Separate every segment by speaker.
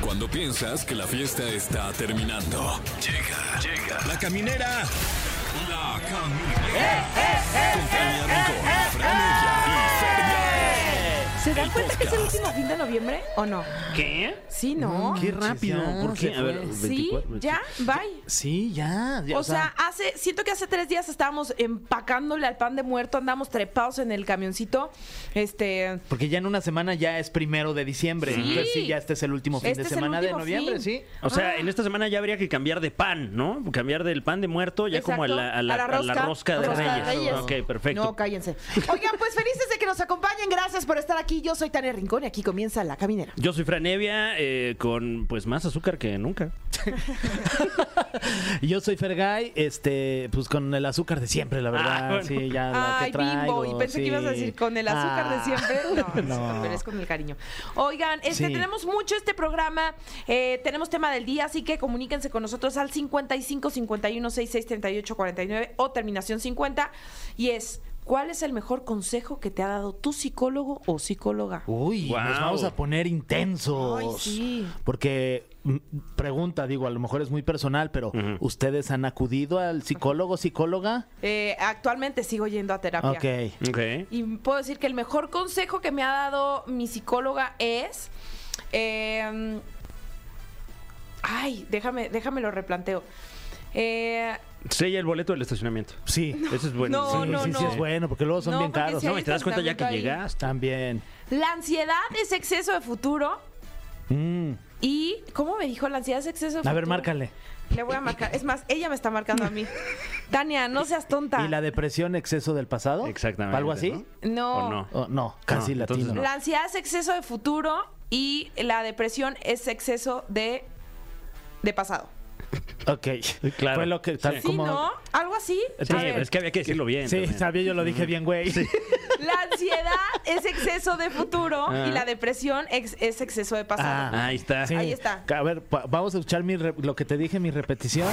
Speaker 1: Cuando piensas que la fiesta está terminando. Llega, llega. La caminera. La caminera. Con Tania Rincón, Fran Evia y Fergay.
Speaker 2: ¿Se dan
Speaker 1: El
Speaker 2: cuenta que es el
Speaker 1: podcast.
Speaker 2: último fin de noviembre o no?
Speaker 3: ¿Qué?
Speaker 2: Sí, ¿no?
Speaker 3: Qué rápido.
Speaker 4: ya,
Speaker 3: ¿Por qué? Pues,
Speaker 4: se
Speaker 3: A ver,
Speaker 4: fue.
Speaker 3: 24,
Speaker 2: Sí, ya,
Speaker 3: 25.
Speaker 2: bye.
Speaker 3: Sí, ya. ya,
Speaker 2: O sea, hace, siento que hace tres días estábamos empacándole al pan de muerto, andamos trepados en el camioncito. Este,
Speaker 4: Porque ya en una semana ya es primero de diciembre.
Speaker 2: Sí.
Speaker 4: Entonces sí, ya este es el último fin
Speaker 2: Este
Speaker 4: de
Speaker 2: es el
Speaker 4: semana de
Speaker 2: último
Speaker 4: noviembre,
Speaker 2: fin.
Speaker 4: sí.
Speaker 3: o sea, en esta semana ya habría que cambiar de pan, ¿no? Cambiar del pan de muerto ya como a la, a la- a la rosca de Reyes. Ok, perfecto.
Speaker 2: No, cállense. Oigan, pues felices de que nos acompañen. Gracias por estar aquí. Yo soy Tania Rincón y aquí comienza La Caminera.
Speaker 3: Yo soy Franevia, eh, con pues más azúcar que nunca.
Speaker 4: Yo soy Fergay, este, pues con el azúcar de siempre, la verdad.
Speaker 3: Ah, bueno.
Speaker 4: Sí, ya la
Speaker 2: Ay,
Speaker 4: que traigo,
Speaker 2: bimbo. Y pensé
Speaker 4: sí.
Speaker 2: que ibas a decir con el azúcar
Speaker 4: Ah.
Speaker 2: de siempre. No,
Speaker 4: No.
Speaker 2: pero es con el cariño. Oigan, este,
Speaker 4: Sí.
Speaker 2: tenemos mucho este programa. eh, tenemos tema del día, así que comuníquense con nosotros al 55 51 66 38 49 o terminación 50. Y es, ¿cuál es el mejor consejo que te ha dado tu psicólogo o psicóloga?
Speaker 4: Uy,
Speaker 3: Guau.
Speaker 4: nos vamos a poner intensos.
Speaker 2: Ay, sí.
Speaker 4: Porque mm, pregunta, digo, a lo mejor es muy personal, pero
Speaker 3: Ujú.
Speaker 4: ¿ustedes han acudido al psicólogo, psicóloga?
Speaker 2: Eh, actualmente sigo yendo a terapia.
Speaker 4: Ok.
Speaker 3: Ok.
Speaker 2: Y puedo decir que el mejor consejo que me ha dado mi psicóloga es. eh, ay, déjame, déjame lo replanteo. Eh,
Speaker 3: Sella el boleto del estacionamiento.
Speaker 4: Sí.
Speaker 3: Eso es bueno.
Speaker 2: No,
Speaker 4: sí,
Speaker 2: no,
Speaker 4: sí, sí,
Speaker 2: no.
Speaker 4: es bueno, porque luego son
Speaker 2: No,
Speaker 4: bien
Speaker 2: porque
Speaker 4: caros.
Speaker 2: sí
Speaker 4: ¿no?
Speaker 3: No, y te das cuenta ya que
Speaker 2: Ahí.
Speaker 3: llegaste.
Speaker 4: También.
Speaker 2: la ansiedad es exceso de futuro.
Speaker 4: Mm.
Speaker 2: Y, ¿cómo me dijo? La ansiedad es exceso de futuro.
Speaker 4: A ver, márcale.
Speaker 2: Le voy a marcar. Es más, ella me está marcando a mí. Tania, no seas tonta.
Speaker 4: ¿Y la depresión exceso del pasado?
Speaker 3: Exactamente,
Speaker 4: ¿Algo así?
Speaker 3: ¿no?
Speaker 2: No.
Speaker 3: ¿O no?
Speaker 4: Oh, no, casi
Speaker 3: No, entonces
Speaker 4: latino.
Speaker 3: no.
Speaker 2: La ansiedad es exceso de futuro y la depresión es exceso de, de pasado.
Speaker 4: Ok.
Speaker 3: Claro.
Speaker 4: Fue lo que tal
Speaker 3: Sí.
Speaker 2: ¿Sí,
Speaker 4: Eh, como.
Speaker 2: no? ¿Algo así?
Speaker 3: Sí,
Speaker 2: A
Speaker 4: Entonces,
Speaker 3: pero
Speaker 2: ver.
Speaker 3: es que había que decirlo bien.
Speaker 4: Sí,
Speaker 3: también.
Speaker 4: sabía, yo lo dije bien, güey.
Speaker 2: La ansiedad es exceso de futuro
Speaker 3: Ah.
Speaker 2: y la depresión ex- es exceso de pasado.
Speaker 3: Ahí está.
Speaker 2: Ahí está.
Speaker 4: A ver, pa- vamos a escuchar mi re- lo que te dije, mi repetición.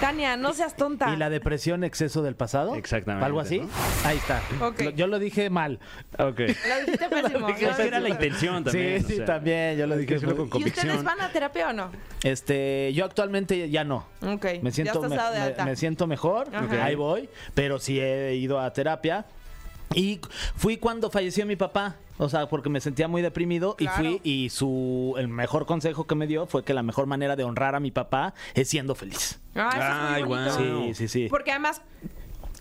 Speaker 2: Tania, no seas tonta.
Speaker 4: Ah. ¿Y la depresión exceso del pasado?
Speaker 3: Exactamente,
Speaker 4: ¿Algo así?
Speaker 3: ¿no?
Speaker 4: Ahí está.
Speaker 2: Ok.
Speaker 4: Lo- yo lo dije mal.
Speaker 3: Ok.
Speaker 2: Lo dijiste pésimo.
Speaker 3: Es que era la intención también.
Speaker 4: sí,
Speaker 3: o
Speaker 4: sí,
Speaker 3: sea.
Speaker 4: también. Yo lo
Speaker 3: hay que
Speaker 4: dije
Speaker 3: decirlo
Speaker 4: mal.
Speaker 3: con
Speaker 2: ¿Y ustedes
Speaker 3: convicción.
Speaker 2: van a terapia o no?
Speaker 4: Este, yo actualmente ya no.
Speaker 2: Ok,
Speaker 4: Me
Speaker 2: ya
Speaker 4: siento,
Speaker 2: estás
Speaker 4: me-
Speaker 2: dado de
Speaker 4: me-
Speaker 2: alta.
Speaker 4: me siento mejor,
Speaker 2: Ajá.
Speaker 4: ahí voy, pero sí he ido a terapia. Y fui cuando falleció mi papá, o sea, porque me sentía muy deprimido
Speaker 2: Claro.
Speaker 4: y fui y su el mejor consejo que me dio fue que la mejor manera de honrar a mi papá es siendo feliz.
Speaker 2: Ah, eso
Speaker 3: Ay,
Speaker 2: es muy bonito.
Speaker 3: guau.
Speaker 4: Sí, sí, sí.
Speaker 2: Porque además,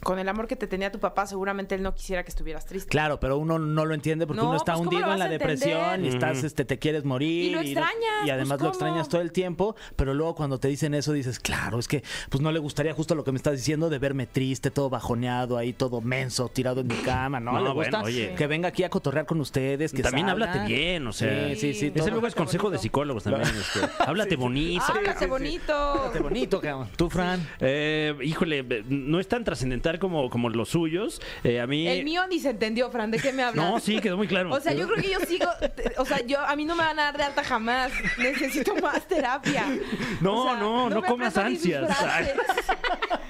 Speaker 2: con el amor que te tenía tu papá, seguramente él no quisiera que estuvieras triste.
Speaker 4: Claro, pero uno no lo entiende porque
Speaker 2: No,
Speaker 4: uno está
Speaker 2: pues, ¿cómo lo
Speaker 4: hundido en la
Speaker 2: vas a
Speaker 4: depresión y
Speaker 2: entender?
Speaker 4: estás, este, te quieres morir.
Speaker 2: Y lo extrañas,
Speaker 4: Y, además
Speaker 2: pues,
Speaker 4: lo
Speaker 2: ¿cómo?
Speaker 4: extrañas todo el tiempo, pero luego cuando te dicen eso dices, claro, es que pues no le gustaría justo lo que me estás diciendo de verme triste, todo bajoneado ahí, todo menso, tirado en mi cama, ¿no?
Speaker 3: No,
Speaker 4: le
Speaker 3: bueno,
Speaker 4: gusta
Speaker 3: oye.
Speaker 4: que venga aquí a cotorrear con ustedes, que
Speaker 3: También
Speaker 4: salgan".
Speaker 3: háblate bien, o sea.
Speaker 4: Sí, sí, sí.
Speaker 2: Ese
Speaker 3: Ese
Speaker 4: todo.
Speaker 3: luego es consejo de psicólogos también. este. Háblate bonito.
Speaker 2: Háblate bonito.
Speaker 4: Qué bonito, cabrón. Tú, Fran.
Speaker 3: Eh, híjole, be- no es tan trascendental como, como los suyos. Eh, a mí.
Speaker 2: El mío ni se entendió, Fran, ¿de qué me hablas?
Speaker 3: No, sí, quedó muy claro.
Speaker 2: O sea, yo creo que yo sigo, te- o sea, yo a mí no me van a dar de alta jamás. Necesito más terapia.
Speaker 3: No,
Speaker 2: O sea,
Speaker 3: no, no
Speaker 2: me
Speaker 3: comas
Speaker 2: aprendo ni sus
Speaker 3: ansias.
Speaker 2: frases.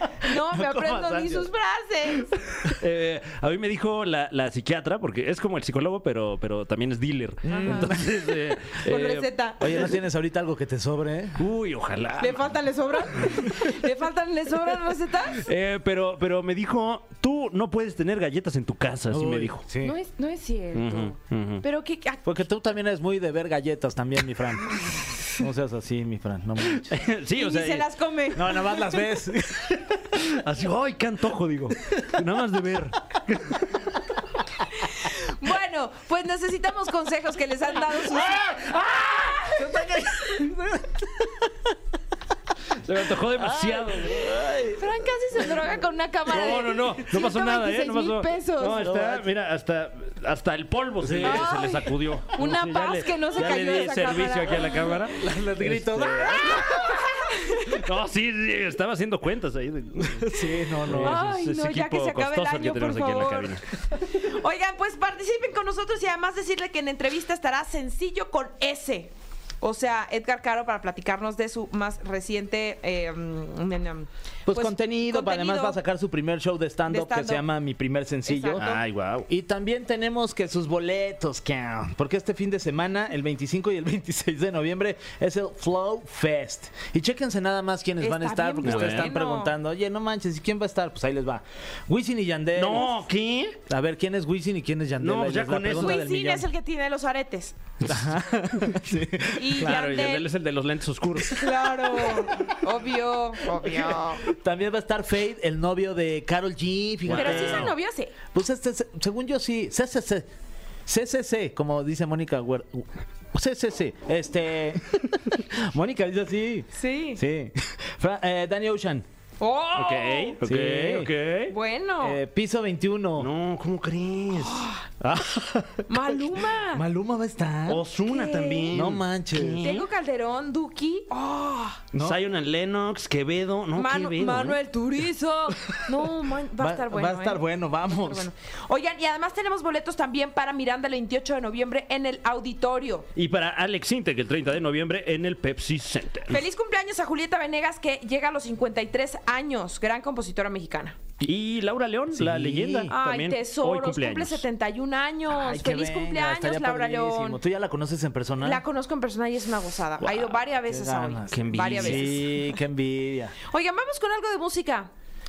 Speaker 2: No, me
Speaker 4: No comas
Speaker 2: aprendo ni
Speaker 4: ansias.
Speaker 2: sus frases.
Speaker 3: Eh, a mí me dijo la, la psiquiatra, porque es como el psicólogo, pero, pero también es dealer. Entonces. eh,
Speaker 2: Con
Speaker 3: eh,
Speaker 2: receta.
Speaker 4: Oye, ¿no tienes ahorita algo que te sobre?
Speaker 3: Uy, ojalá.
Speaker 2: ¿Le faltan, le sobran? ¿Le faltan, le sobran recetas?
Speaker 3: Eh, pero, pero me dijo, tú no puedes tener galletas en tu casa, así me
Speaker 4: Uy,
Speaker 3: dijo.
Speaker 4: Sí.
Speaker 2: No es, no es cierto.
Speaker 3: Ujú, ujú.
Speaker 2: Pero que a-
Speaker 4: Porque tú también eres muy de ver galletas también, mi Fran. No seas así, mi Fran. No manches.
Speaker 3: sí,
Speaker 2: y
Speaker 3: o
Speaker 2: ni
Speaker 3: sea. eh,
Speaker 2: se las come.
Speaker 4: No, nada más las ves.
Speaker 3: Así, ay, qué antojo, digo. Nada más de ver.
Speaker 2: Bueno, pues necesitamos consejos que les han dado sus.
Speaker 3: ¡Ah! Se me antojó demasiado.
Speaker 2: Fran casi se droga con una cámara.
Speaker 3: No,
Speaker 2: de
Speaker 3: no, no. No pasó nada, ¿eh?
Speaker 2: 126,000
Speaker 3: No pasó.
Speaker 2: pesos.
Speaker 3: No, está, mira, hasta, hasta el polvo se,
Speaker 2: Ay.
Speaker 3: se le sacudió.
Speaker 2: Una
Speaker 3: ya
Speaker 2: paz que no se
Speaker 3: ya
Speaker 2: cayó
Speaker 3: le
Speaker 2: de
Speaker 3: di
Speaker 2: esa
Speaker 3: servicio
Speaker 2: cámara.
Speaker 3: aquí a la cámara.
Speaker 4: Los gritos.
Speaker 3: Este, No, sí, sí, estaba haciendo cuentas ahí.
Speaker 4: Sí, no, no.
Speaker 2: Ay,
Speaker 3: Ese
Speaker 2: no, ya que
Speaker 3: equipo
Speaker 2: se acabe el
Speaker 3: costoso
Speaker 2: año,
Speaker 3: que tenemos
Speaker 2: por
Speaker 3: aquí en la
Speaker 2: favor.
Speaker 3: cabina.
Speaker 2: Oigan, pues participen con nosotros y además decirle que en entrevista estará sencillo con S. o sea, Edgar Caro para platicarnos de su más reciente... eh, mm, mm, mm,
Speaker 4: Pues, contenido, además va a sacar su primer show de stand-up
Speaker 2: De stand-up.
Speaker 4: que se llama Mi Primer Sencillo.
Speaker 2: Exacto.
Speaker 3: Ay, wow.
Speaker 4: Y también tenemos que sus boletos, cabrón, porque este fin de semana, el 25 y el 26 de noviembre, es el Flow Fest. Y chéquense nada más quiénes van a
Speaker 2: Está
Speaker 4: estar,
Speaker 2: bien
Speaker 4: porque ustedes
Speaker 3: bueno.
Speaker 4: están preguntando, oye, no manches, ¿y quién va a estar? Pues ahí les va. Wisin y Yandel.
Speaker 3: No, ¿qué?
Speaker 4: A ver, ¿quién es Wisin y quién es Yandel?
Speaker 3: No,
Speaker 4: Ahí
Speaker 3: pues ya
Speaker 4: les va la
Speaker 3: con eso.
Speaker 4: pregunta del
Speaker 2: Wisin
Speaker 4: millón.
Speaker 2: es el que tiene los aretes.
Speaker 4: Sí.
Speaker 2: Y
Speaker 3: Claro, y
Speaker 2: Yandel-
Speaker 3: Yandel es el de los lentes oscuros.
Speaker 2: Claro, obvio, obvio.
Speaker 4: También va a estar Fade, el novio de Carol G. Fíjate.
Speaker 2: Pero si es el novio, sí.
Speaker 4: Pues este, se- según yo sí, CCC. CCC, como dice Mónica Huer- CCC, este. Mónica dice así.
Speaker 2: Sí.
Speaker 4: Sí. Fra- eh, Danny Ocean.
Speaker 2: ¡Oh!
Speaker 3: Ok, ok,
Speaker 4: Sí.
Speaker 3: ok.
Speaker 2: Bueno,
Speaker 4: eh, piso 21.
Speaker 3: No, ¿cómo crees?
Speaker 2: Maluma.
Speaker 4: Maluma va a estar.
Speaker 3: Osuna
Speaker 2: ¿Qué?
Speaker 3: también.
Speaker 4: No manches.
Speaker 2: Tengo Calderón, Duki. ¡Oh!
Speaker 4: ¿No?
Speaker 3: Zion and Lennox, Quevedo. No,
Speaker 2: Manu-
Speaker 3: Quevedo. ¿eh?
Speaker 2: Manuel Turizo. No, man, va, a estar bueno.
Speaker 4: Va a estar
Speaker 2: ¿eh?
Speaker 4: bueno, vamos.
Speaker 2: Pero bueno. Oigan, y además tenemos boletos también para Miranda el 28 de noviembre en el auditorio.
Speaker 3: Y para Alex Sintek, el 30 de noviembre en el Pepsi Center.
Speaker 2: Feliz cumpleaños a Julieta Venegas que llega a los 53 años, gran compositora mexicana.
Speaker 3: Y Laura León, la
Speaker 4: Sí.
Speaker 3: leyenda.
Speaker 2: Ay,
Speaker 3: también hoy
Speaker 2: tesoros, cumple
Speaker 3: cumpleaños.
Speaker 2: 71 años.
Speaker 4: Ay, que
Speaker 2: Feliz
Speaker 4: venga, estaría
Speaker 2: cumpleaños, Laura
Speaker 4: padrísimo.
Speaker 2: León.
Speaker 4: ¿Tú ya la conoces en persona?
Speaker 2: La conozco en persona y es una gozada. ha ido varias veces a hoy.
Speaker 4: ganas.
Speaker 3: Qué envidia.
Speaker 2: varias veces.
Speaker 4: Sí, qué envidia.
Speaker 2: Oigan, vamos con algo de música.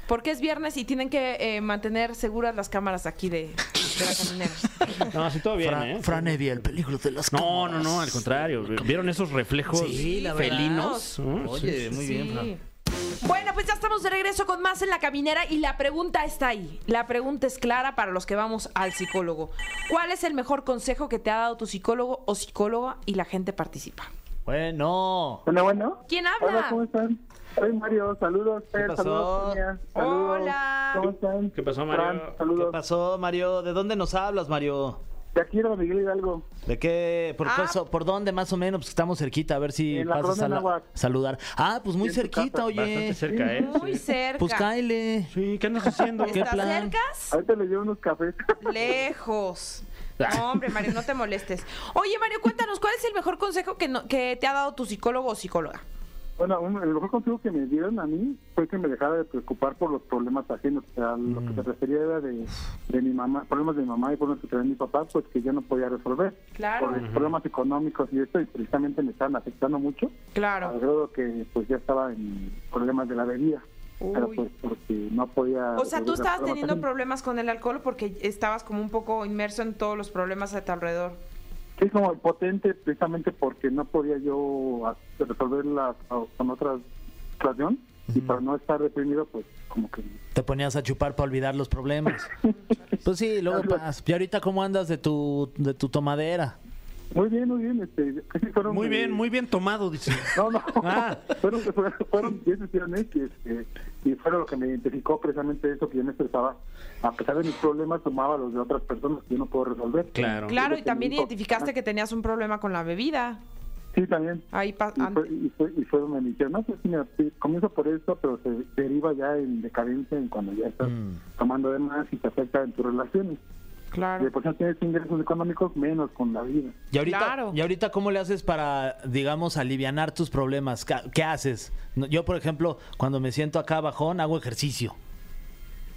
Speaker 2: Porque es viernes y tienen que eh, mantener seguras las cámaras aquí de, de la caminera.
Speaker 3: No, sí, todo bien,
Speaker 4: Fra-
Speaker 3: ¿eh?
Speaker 4: Fran Evia, el peligro de las
Speaker 3: No,
Speaker 4: cámaras.
Speaker 3: no, no, al contrario. ¿Vieron esos reflejos
Speaker 4: Sí, la verdad.
Speaker 3: felinos? ¿no?
Speaker 4: Oye, muy bien,
Speaker 2: Sí.
Speaker 4: Fran.
Speaker 2: Bueno, pues ya estamos de regreso con más en la caminera y la pregunta está ahí. La pregunta es clara para los que vamos al psicólogo. ¿Cuál es el mejor consejo que te ha dado tu psicólogo o psicóloga y la gente participa?
Speaker 4: Bueno.
Speaker 5: Bueno, bueno.
Speaker 2: ¿Quién
Speaker 5: Hola, ¿cómo
Speaker 2: habla?
Speaker 5: están? Soy Mario, saludos, Fer,
Speaker 4: pasó?
Speaker 5: saludos, Sonia, saludos.
Speaker 2: Hola.
Speaker 5: ¿Cómo están?
Speaker 3: ¿Qué pasó, Mario?
Speaker 5: Fran,
Speaker 4: ¿Qué
Speaker 5: saludos.
Speaker 4: pasó, Mario? ¿De dónde nos hablas, Mario?
Speaker 5: De aquí era Miguel Hidalgo.
Speaker 4: ¿De qué? ¿Por,
Speaker 2: Ah.
Speaker 4: cosa- ¿Por dónde más o menos? Pues estamos cerquita, a ver si
Speaker 5: En la
Speaker 4: pasas
Speaker 5: colonia
Speaker 4: a la-
Speaker 5: Náhuac.
Speaker 4: saludar. Ah, pues muy
Speaker 5: en tu
Speaker 4: cerquita,
Speaker 5: casa.
Speaker 4: oye.
Speaker 3: Bastante cerca, ¿eh?
Speaker 2: Muy cerca.
Speaker 4: Pues cáele.
Speaker 3: Sí, ¿qué andas haciendo?
Speaker 4: ¿Qué
Speaker 2: ¿Estás
Speaker 4: plan?
Speaker 2: cercas?
Speaker 5: Ahorita le llevo unos cafés.
Speaker 2: Lejos.
Speaker 4: Ah.
Speaker 2: No, hombre, Mario, no te molestes. Oye, Mario, cuéntanos, ¿cuál es el mejor consejo que, no- que te ha dado tu psicólogo o psicóloga?
Speaker 5: Bueno, un- el mejor consejo que me dieron a mí fue que me dejara de preocupar por los problemas ajenos. O sea, lo
Speaker 3: Mm.
Speaker 5: que se refería era de, de mi mamá, problemas de mi mamá y problemas que tenía mi papá, pues que yo no podía resolver.
Speaker 2: Claro.
Speaker 5: Por problemas económicos y esto, y precisamente me estaban afectando mucho. Al
Speaker 2: Claro.
Speaker 5: grado que pues ya estaba en problemas de la bebida. Pero
Speaker 2: Uy.
Speaker 5: pues porque no podía...
Speaker 2: O sea, tú
Speaker 5: resolver los
Speaker 2: estabas teniendo
Speaker 5: ajenos.
Speaker 2: problemas con el alcohol porque estabas como un poco inmerso en todos los problemas a tu alrededor.
Speaker 5: Sí, como potente precisamente porque no podía yo a- resolverla a- con otra situación y para no estar deprimido, pues como que...
Speaker 4: Te ponías a chupar para olvidar los problemas. Pues sí, luego
Speaker 5: Algo.
Speaker 4: pas. ¿Y ahorita cómo andas de tu, de tu tomadera?
Speaker 5: Muy bien, muy bien. Este, casi fueron,
Speaker 3: Muy
Speaker 5: eh,
Speaker 3: bien, muy bien tomado, dice.
Speaker 5: No, no.
Speaker 4: Ah.
Speaker 5: fueron, fueron, fueron 10 sesiones y, este, y fueron lo que me identificó precisamente eso que yo me estresaba. A pesar de mis problemas, tomaba los de otras personas que yo no puedo resolver.
Speaker 3: Claro.
Speaker 2: Claro,
Speaker 5: Sí,
Speaker 2: y también
Speaker 5: sí, sí.
Speaker 2: identificaste que tenías un problema con la bebida.
Speaker 5: Sí, también.
Speaker 2: Ahí pa-
Speaker 5: Y fue,
Speaker 2: ante-
Speaker 5: y, fue, y fue donde me dijeron, no, pues mira, sí, comienza por esto, pero se deriva ya en decadencia en cuando ya estás
Speaker 4: Mm.
Speaker 5: tomando de más y te afecta en tus relaciones.
Speaker 2: Claro.
Speaker 5: De por sí no tienes ingresos económicos, menos con la vida.
Speaker 4: ¿Y ahorita,
Speaker 2: Claro.
Speaker 4: ¿Y ahorita cómo le haces para, digamos, alivianar tus problemas? ¿Qué, qué haces? No, Yo, por ejemplo, cuando me siento acá bajón, hago ejercicio.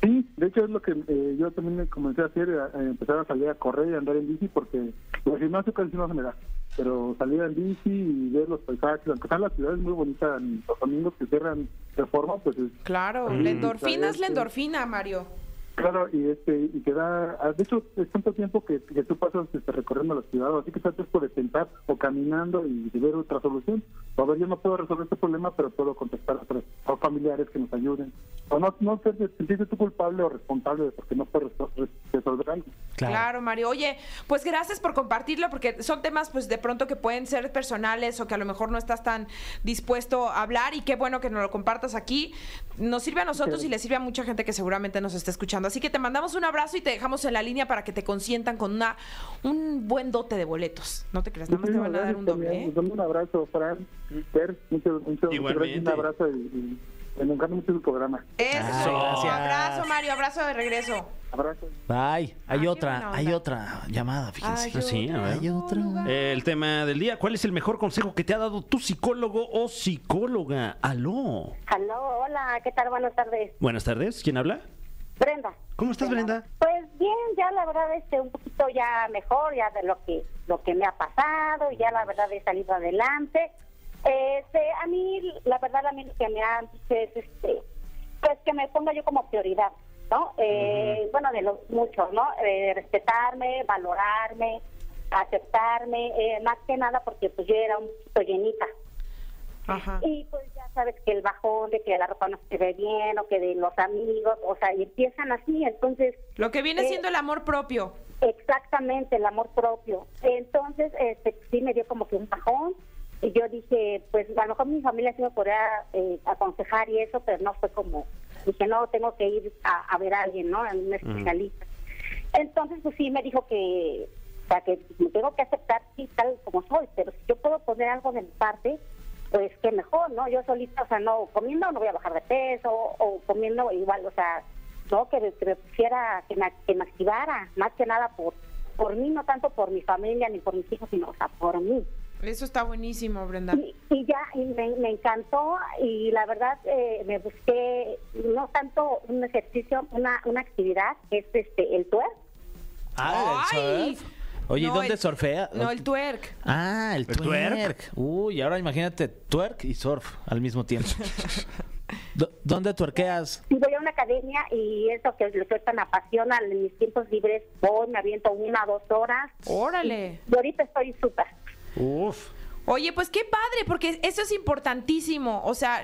Speaker 5: Sí, de hecho es lo que eh, yo también me comencé a hacer, a, a empezar a salir a correr y andar en bici, porque el gimnasio casi no se me da. Pero salir en bici y ver los paisajes, aunque están las ciudades muy bonitas, los domingos que cierran de forma, pues es
Speaker 2: Claro, la endorfina es
Speaker 5: Sabes
Speaker 2: la
Speaker 5: que-
Speaker 2: endorfina, Mario.
Speaker 5: Claro, y este y te da, ah, de hecho, es tanto tiempo que, que tú pasas este, recorriendo la ciudad, así que trates por sentar o caminando y de ver otra solución. O a ver, yo no puedo resolver este problema, pero puedo contactar a otros a familiares que nos ayuden. O no, no ser- sentirte tú culpable o responsable de porque no puedes reso- res- resolver algo.
Speaker 2: Claro. Mario. Oye, pues gracias por compartirlo porque son temas pues de pronto que pueden ser personales o que a lo mejor no estás tan dispuesto a hablar y qué bueno que nos lo compartas aquí. Nos sirve a nosotros y le sirve a mucha gente que seguramente nos está escuchando. Así que te mandamos un abrazo y te dejamos en la línea para que te consientan con una un buen dote de boletos. No te creas, nada más te
Speaker 5: Muchísimas
Speaker 2: van a dar
Speaker 5: gracias
Speaker 2: un
Speaker 5: también.
Speaker 2: doble. ¿eh?
Speaker 5: Les mando un abrazo, Fran, Fer, muchas, muchas, muchas gracias,
Speaker 3: Igualmente.
Speaker 5: un abrazo y, y Me encanta mucho su programa.
Speaker 2: Eso.
Speaker 4: gracias.
Speaker 2: Abrazo, Mario. Abrazo de regreso.
Speaker 5: Abrazo.
Speaker 4: Bye. Hay
Speaker 2: Ah, qué buena
Speaker 4: otra, hay
Speaker 2: onda.
Speaker 4: otra llamada, fíjense.
Speaker 2: Ay,
Speaker 3: sí, a ver.
Speaker 4: Hay Eh. otra.
Speaker 2: otra.
Speaker 3: El tema del día, ¿cuál es el mejor consejo que te ha dado tu psicólogo o psicóloga? Aló.
Speaker 6: Aló, hola, ¿qué tal? Buenas tardes.
Speaker 3: Buenas tardes, ¿quién habla?
Speaker 6: Brenda.
Speaker 3: ¿Cómo estás, Brenda?
Speaker 6: Pues bien, ya la verdad este un poquito ya mejor, ya de lo que lo que me ha pasado, ya la verdad he salido adelante. Este, a mí la verdad a mí lo que me han dicho es este pues que me ponga yo como prioridad, ¿no? Eh, bueno, de los muchos, ¿no? Eh, respetarme, valorarme, aceptarme, eh, más que nada porque pues yo era un poquito llenita.
Speaker 2: Ajá.
Speaker 6: Y pues ya sabes que el bajón de que la ropa no se ve bien o que de los amigos, o sea, y empiezan así, entonces
Speaker 2: Lo que viene
Speaker 6: Eh,
Speaker 2: siendo el amor propio.
Speaker 6: exactamente el amor propio. Entonces, este, sí me dio como que un bajón y yo dije, pues a lo mejor mi familia sí me podría eh, aconsejar y eso, pero no fue como, dije, no, tengo que ir a, a ver a alguien, ¿no? A un especialista. Entonces, pues sí, me dijo que, o sea, que me tengo que aceptar sí, tal como soy, pero si yo puedo poner algo de mi parte, pues que mejor, ¿no? Yo solita, o sea, no, comiendo no voy a bajar de peso, o comiendo igual, o sea, no, que, me- que me pusiera, que me, que me activara, más que nada por, por mí, no tanto por mi familia ni por mis hijos, sino, o sea, por mí.
Speaker 2: Eso está buenísimo, Brenda.
Speaker 6: Y, y ya, y me, me encantó y la verdad eh, me busqué no tanto un ejercicio, una, una actividad, que es este, el twerk.
Speaker 4: Ah, el
Speaker 2: Ay.
Speaker 4: surf. Oye, ¿y
Speaker 2: No,
Speaker 4: ¿dónde
Speaker 2: el-
Speaker 4: surfea?
Speaker 2: No, el twerk.
Speaker 4: Ah, el
Speaker 3: ¿El
Speaker 4: twerk.
Speaker 3: twerk?
Speaker 4: Uy, ahora imagínate twerk y surf al mismo tiempo. Do- ¿Dónde tuerqueas?
Speaker 6: Y voy a una academia y eso que lo que tan apasiona, en mis tiempos libres voy, me aviento una, dos horas.
Speaker 2: Órale.
Speaker 6: Y ahorita estoy súper.
Speaker 3: Uf.
Speaker 2: Oye, pues qué padre, porque eso es importantísimo. O sea,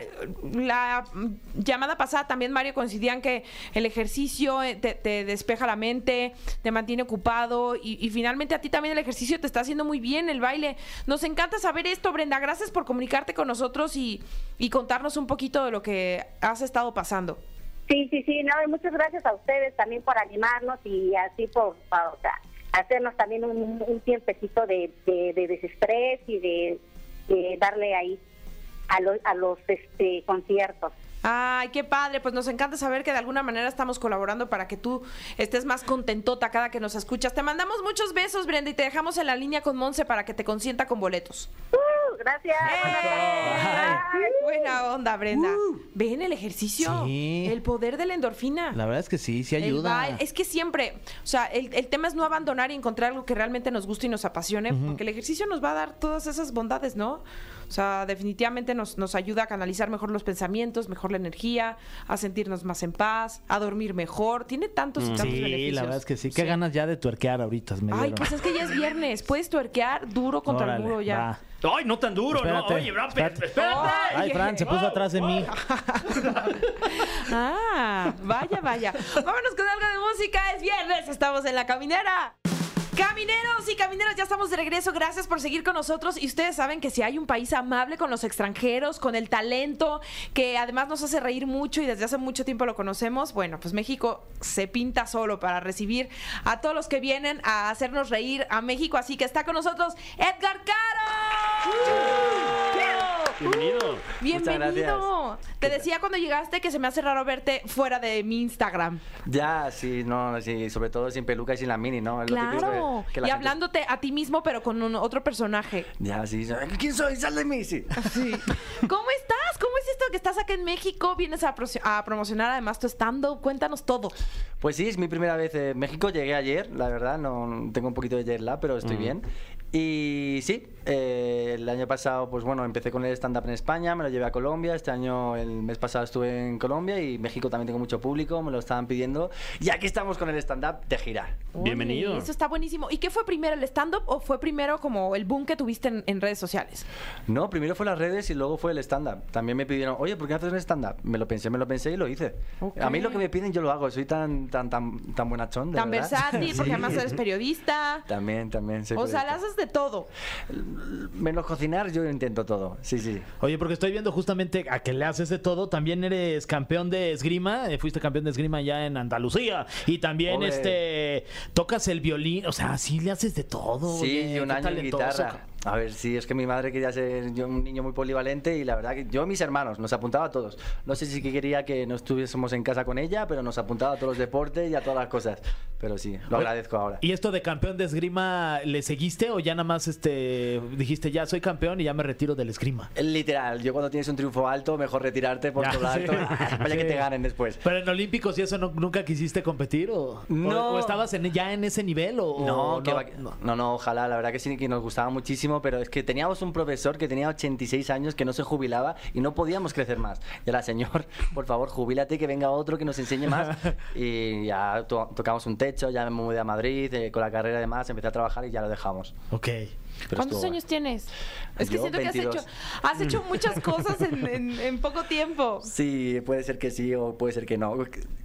Speaker 2: la mm, llamada pasada también, Mario, coincidían que el ejercicio eh, te, te despeja la mente, te mantiene ocupado y, y finalmente a ti también el ejercicio te está haciendo muy bien, el baile. Nos encanta saber esto, Brenda. Gracias por comunicarte con nosotros y, y contarnos un poquito de lo que has estado pasando.
Speaker 6: Sí, sí, sí, no, y muchas gracias a ustedes también por animarnos y así por, pa- o sea, hacernos también un, un tiempecito de, de, de desestrés y de, de darle ahí a los, a los este, conciertos.
Speaker 2: Ay, qué padre. Pues nos encanta saber que de alguna manera estamos colaborando para que tú estés más contentota cada que nos escuchas. Te mandamos muchos besos, Brenda, y te dejamos en la línea con Monse para que te consienta con boletos.
Speaker 6: ¡Uh! gracias.
Speaker 2: ¡Eh! Buena onda, Brenda. ¿Ven el ejercicio?
Speaker 4: Sí.
Speaker 2: El poder de la endorfina.
Speaker 4: La verdad es que sí, sí
Speaker 2: El
Speaker 4: ayuda.
Speaker 2: baile. Es que siempre, o sea, el, el tema es no abandonar y encontrar algo que realmente nos guste y nos apasione, porque el ejercicio nos va a dar todas esas bondades, ¿no? O sea, definitivamente nos, nos ayuda a canalizar mejor los pensamientos, mejor la energía, a sentirnos más en paz, a dormir mejor. Tiene tantos y tantos
Speaker 4: Mm. Sí,
Speaker 2: beneficios.
Speaker 4: la verdad es que sí. Qué ganas ya de tuerquear ahorita. Me
Speaker 2: Ay,
Speaker 4: dieron.
Speaker 2: pues es que ya es viernes. Puedes tuerquear duro contra
Speaker 4: Órale,
Speaker 2: el muro ya.
Speaker 4: va.
Speaker 3: Ay, no tan duro,
Speaker 4: Espérate,
Speaker 3: no. Oye, bro,
Speaker 4: espérate.
Speaker 3: espérate. espérate.
Speaker 4: Ay, Fran, se puso atrás de mí.
Speaker 2: Ah, vaya, vaya. Vámonos con algo de música. Es viernes, estamos en la caminera. Camineros y camineras, ya estamos de regreso. Gracias por seguir con nosotros. Y ustedes saben que si hay un país amable con los extranjeros, con el talento, que además nos hace reír mucho y desde hace mucho tiempo lo conocemos, bueno, pues México se pinta solo para recibir a todos los que vienen a hacernos reír a México. Así que está con nosotros Edgar Caro.
Speaker 3: Bienvenido.
Speaker 2: Bienvenido. Te decía cuando llegaste que se me hace raro verte fuera de mi Instagram.
Speaker 7: Ya, sí, no, sí, sobre todo sin peluca y sin la mini, ¿no? Es lo típico
Speaker 2: Claro.
Speaker 7: que- que la
Speaker 2: Y
Speaker 7: gente-
Speaker 2: hablándote a ti mismo, pero con un otro personaje.
Speaker 7: Ya, sí, sí, ¿quién soy? ¡Sal de mí! Sí.
Speaker 2: ¿Cómo estás? ¿Cómo es esto que estás acá en México? Vienes a, procio- a promocionar además tu stand-up. Cuéntanos todo.
Speaker 7: Pues sí, es mi primera vez en México, llegué ayer, la verdad, no tengo un poquito de jet lag, pero estoy bien. Y sí, eh, el año pasado, pues bueno, empecé con el stand-up en España, me lo llevé a Colombia, este año, el mes pasado estuve en Colombia y México también tengo mucho público, me lo estaban pidiendo. Y aquí estamos con el stand-up de gira.
Speaker 3: Bienvenido.
Speaker 2: Ole, Eso está buenísimo. ¿Y qué fue primero, el stand-up o fue primero como el boom que tuviste en, en redes sociales?
Speaker 7: No, primero fue las redes y luego fue el stand-up. También me pidieron, oye, ¿por qué no haces un stand-up? Me lo pensé, me lo pensé y lo hice.
Speaker 2: Ok.
Speaker 7: A mí lo que me piden yo lo hago. Soy tan, tan, tan, tan bonachón, de
Speaker 2: Tan
Speaker 7: verdad.
Speaker 2: versátil, porque además eres periodista.
Speaker 7: También, también. soy
Speaker 2: O sea, le
Speaker 7: periodista.
Speaker 2: haces de todo.
Speaker 7: Menos cocinar, yo intento todo. Sí, sí.
Speaker 4: Oye, porque estoy viendo justamente a que le haces de todo. También eres campeón de esgrima. eh, Fuiste campeón de esgrima ya en Andalucía. Y también
Speaker 7: Ole.
Speaker 4: este tocas el violín. O sea, sí le haces de todo.
Speaker 7: sí,
Speaker 4: oye,
Speaker 7: y un
Speaker 4: qué
Speaker 7: año en
Speaker 4: talentoso,
Speaker 7: guitarra.
Speaker 4: ca-
Speaker 7: A ver, sí, es que mi madre quería ser yo un niño muy polivalente y la verdad que yo y mis hermanos nos apuntaba a todos. No sé si que quería que no estuviésemos en casa con ella, pero nos apuntaba a todos los deportes y a todas las cosas. Pero sí, lo agradezco ahora.
Speaker 4: ¿Y esto de campeón de esgrima le seguiste o ya nada más este dijiste ya soy campeón y ya me retiro del esgrima?
Speaker 7: Literal, yo cuando tienes un triunfo alto, mejor retirarte por
Speaker 4: Ya,
Speaker 7: todo lo alto.
Speaker 4: sí.
Speaker 7: Vaya que
Speaker 4: Sí.
Speaker 7: te ganen después.
Speaker 4: Pero en Olímpicos y eso no- nunca quisiste competir o,
Speaker 7: No.
Speaker 4: o- o estabas en- ya en ese nivel o o
Speaker 7: No, que va-
Speaker 4: no.
Speaker 7: no. no, ojalá, la verdad que sí que nos gustaba muchísimo, pero es que teníamos un profesor que tenía 86 años que no se jubilaba y no podíamos crecer más. Y la señor, por favor, jubílate, que venga otro que nos enseñe más. Y ya to- tocamos un techo, ya me mudé a Madrid, eh, con la carrera y demás, empecé a trabajar y ya lo dejamos.
Speaker 4: Ok.
Speaker 7: Pero
Speaker 2: ¿Cuántos
Speaker 7: estuvo
Speaker 2: años tienes? Es que
Speaker 7: Yo,
Speaker 2: siento que
Speaker 7: 22.
Speaker 2: has hecho, has hecho muchas cosas en, en- en poco tiempo.
Speaker 7: Sí, puede ser que sí o puede ser que no.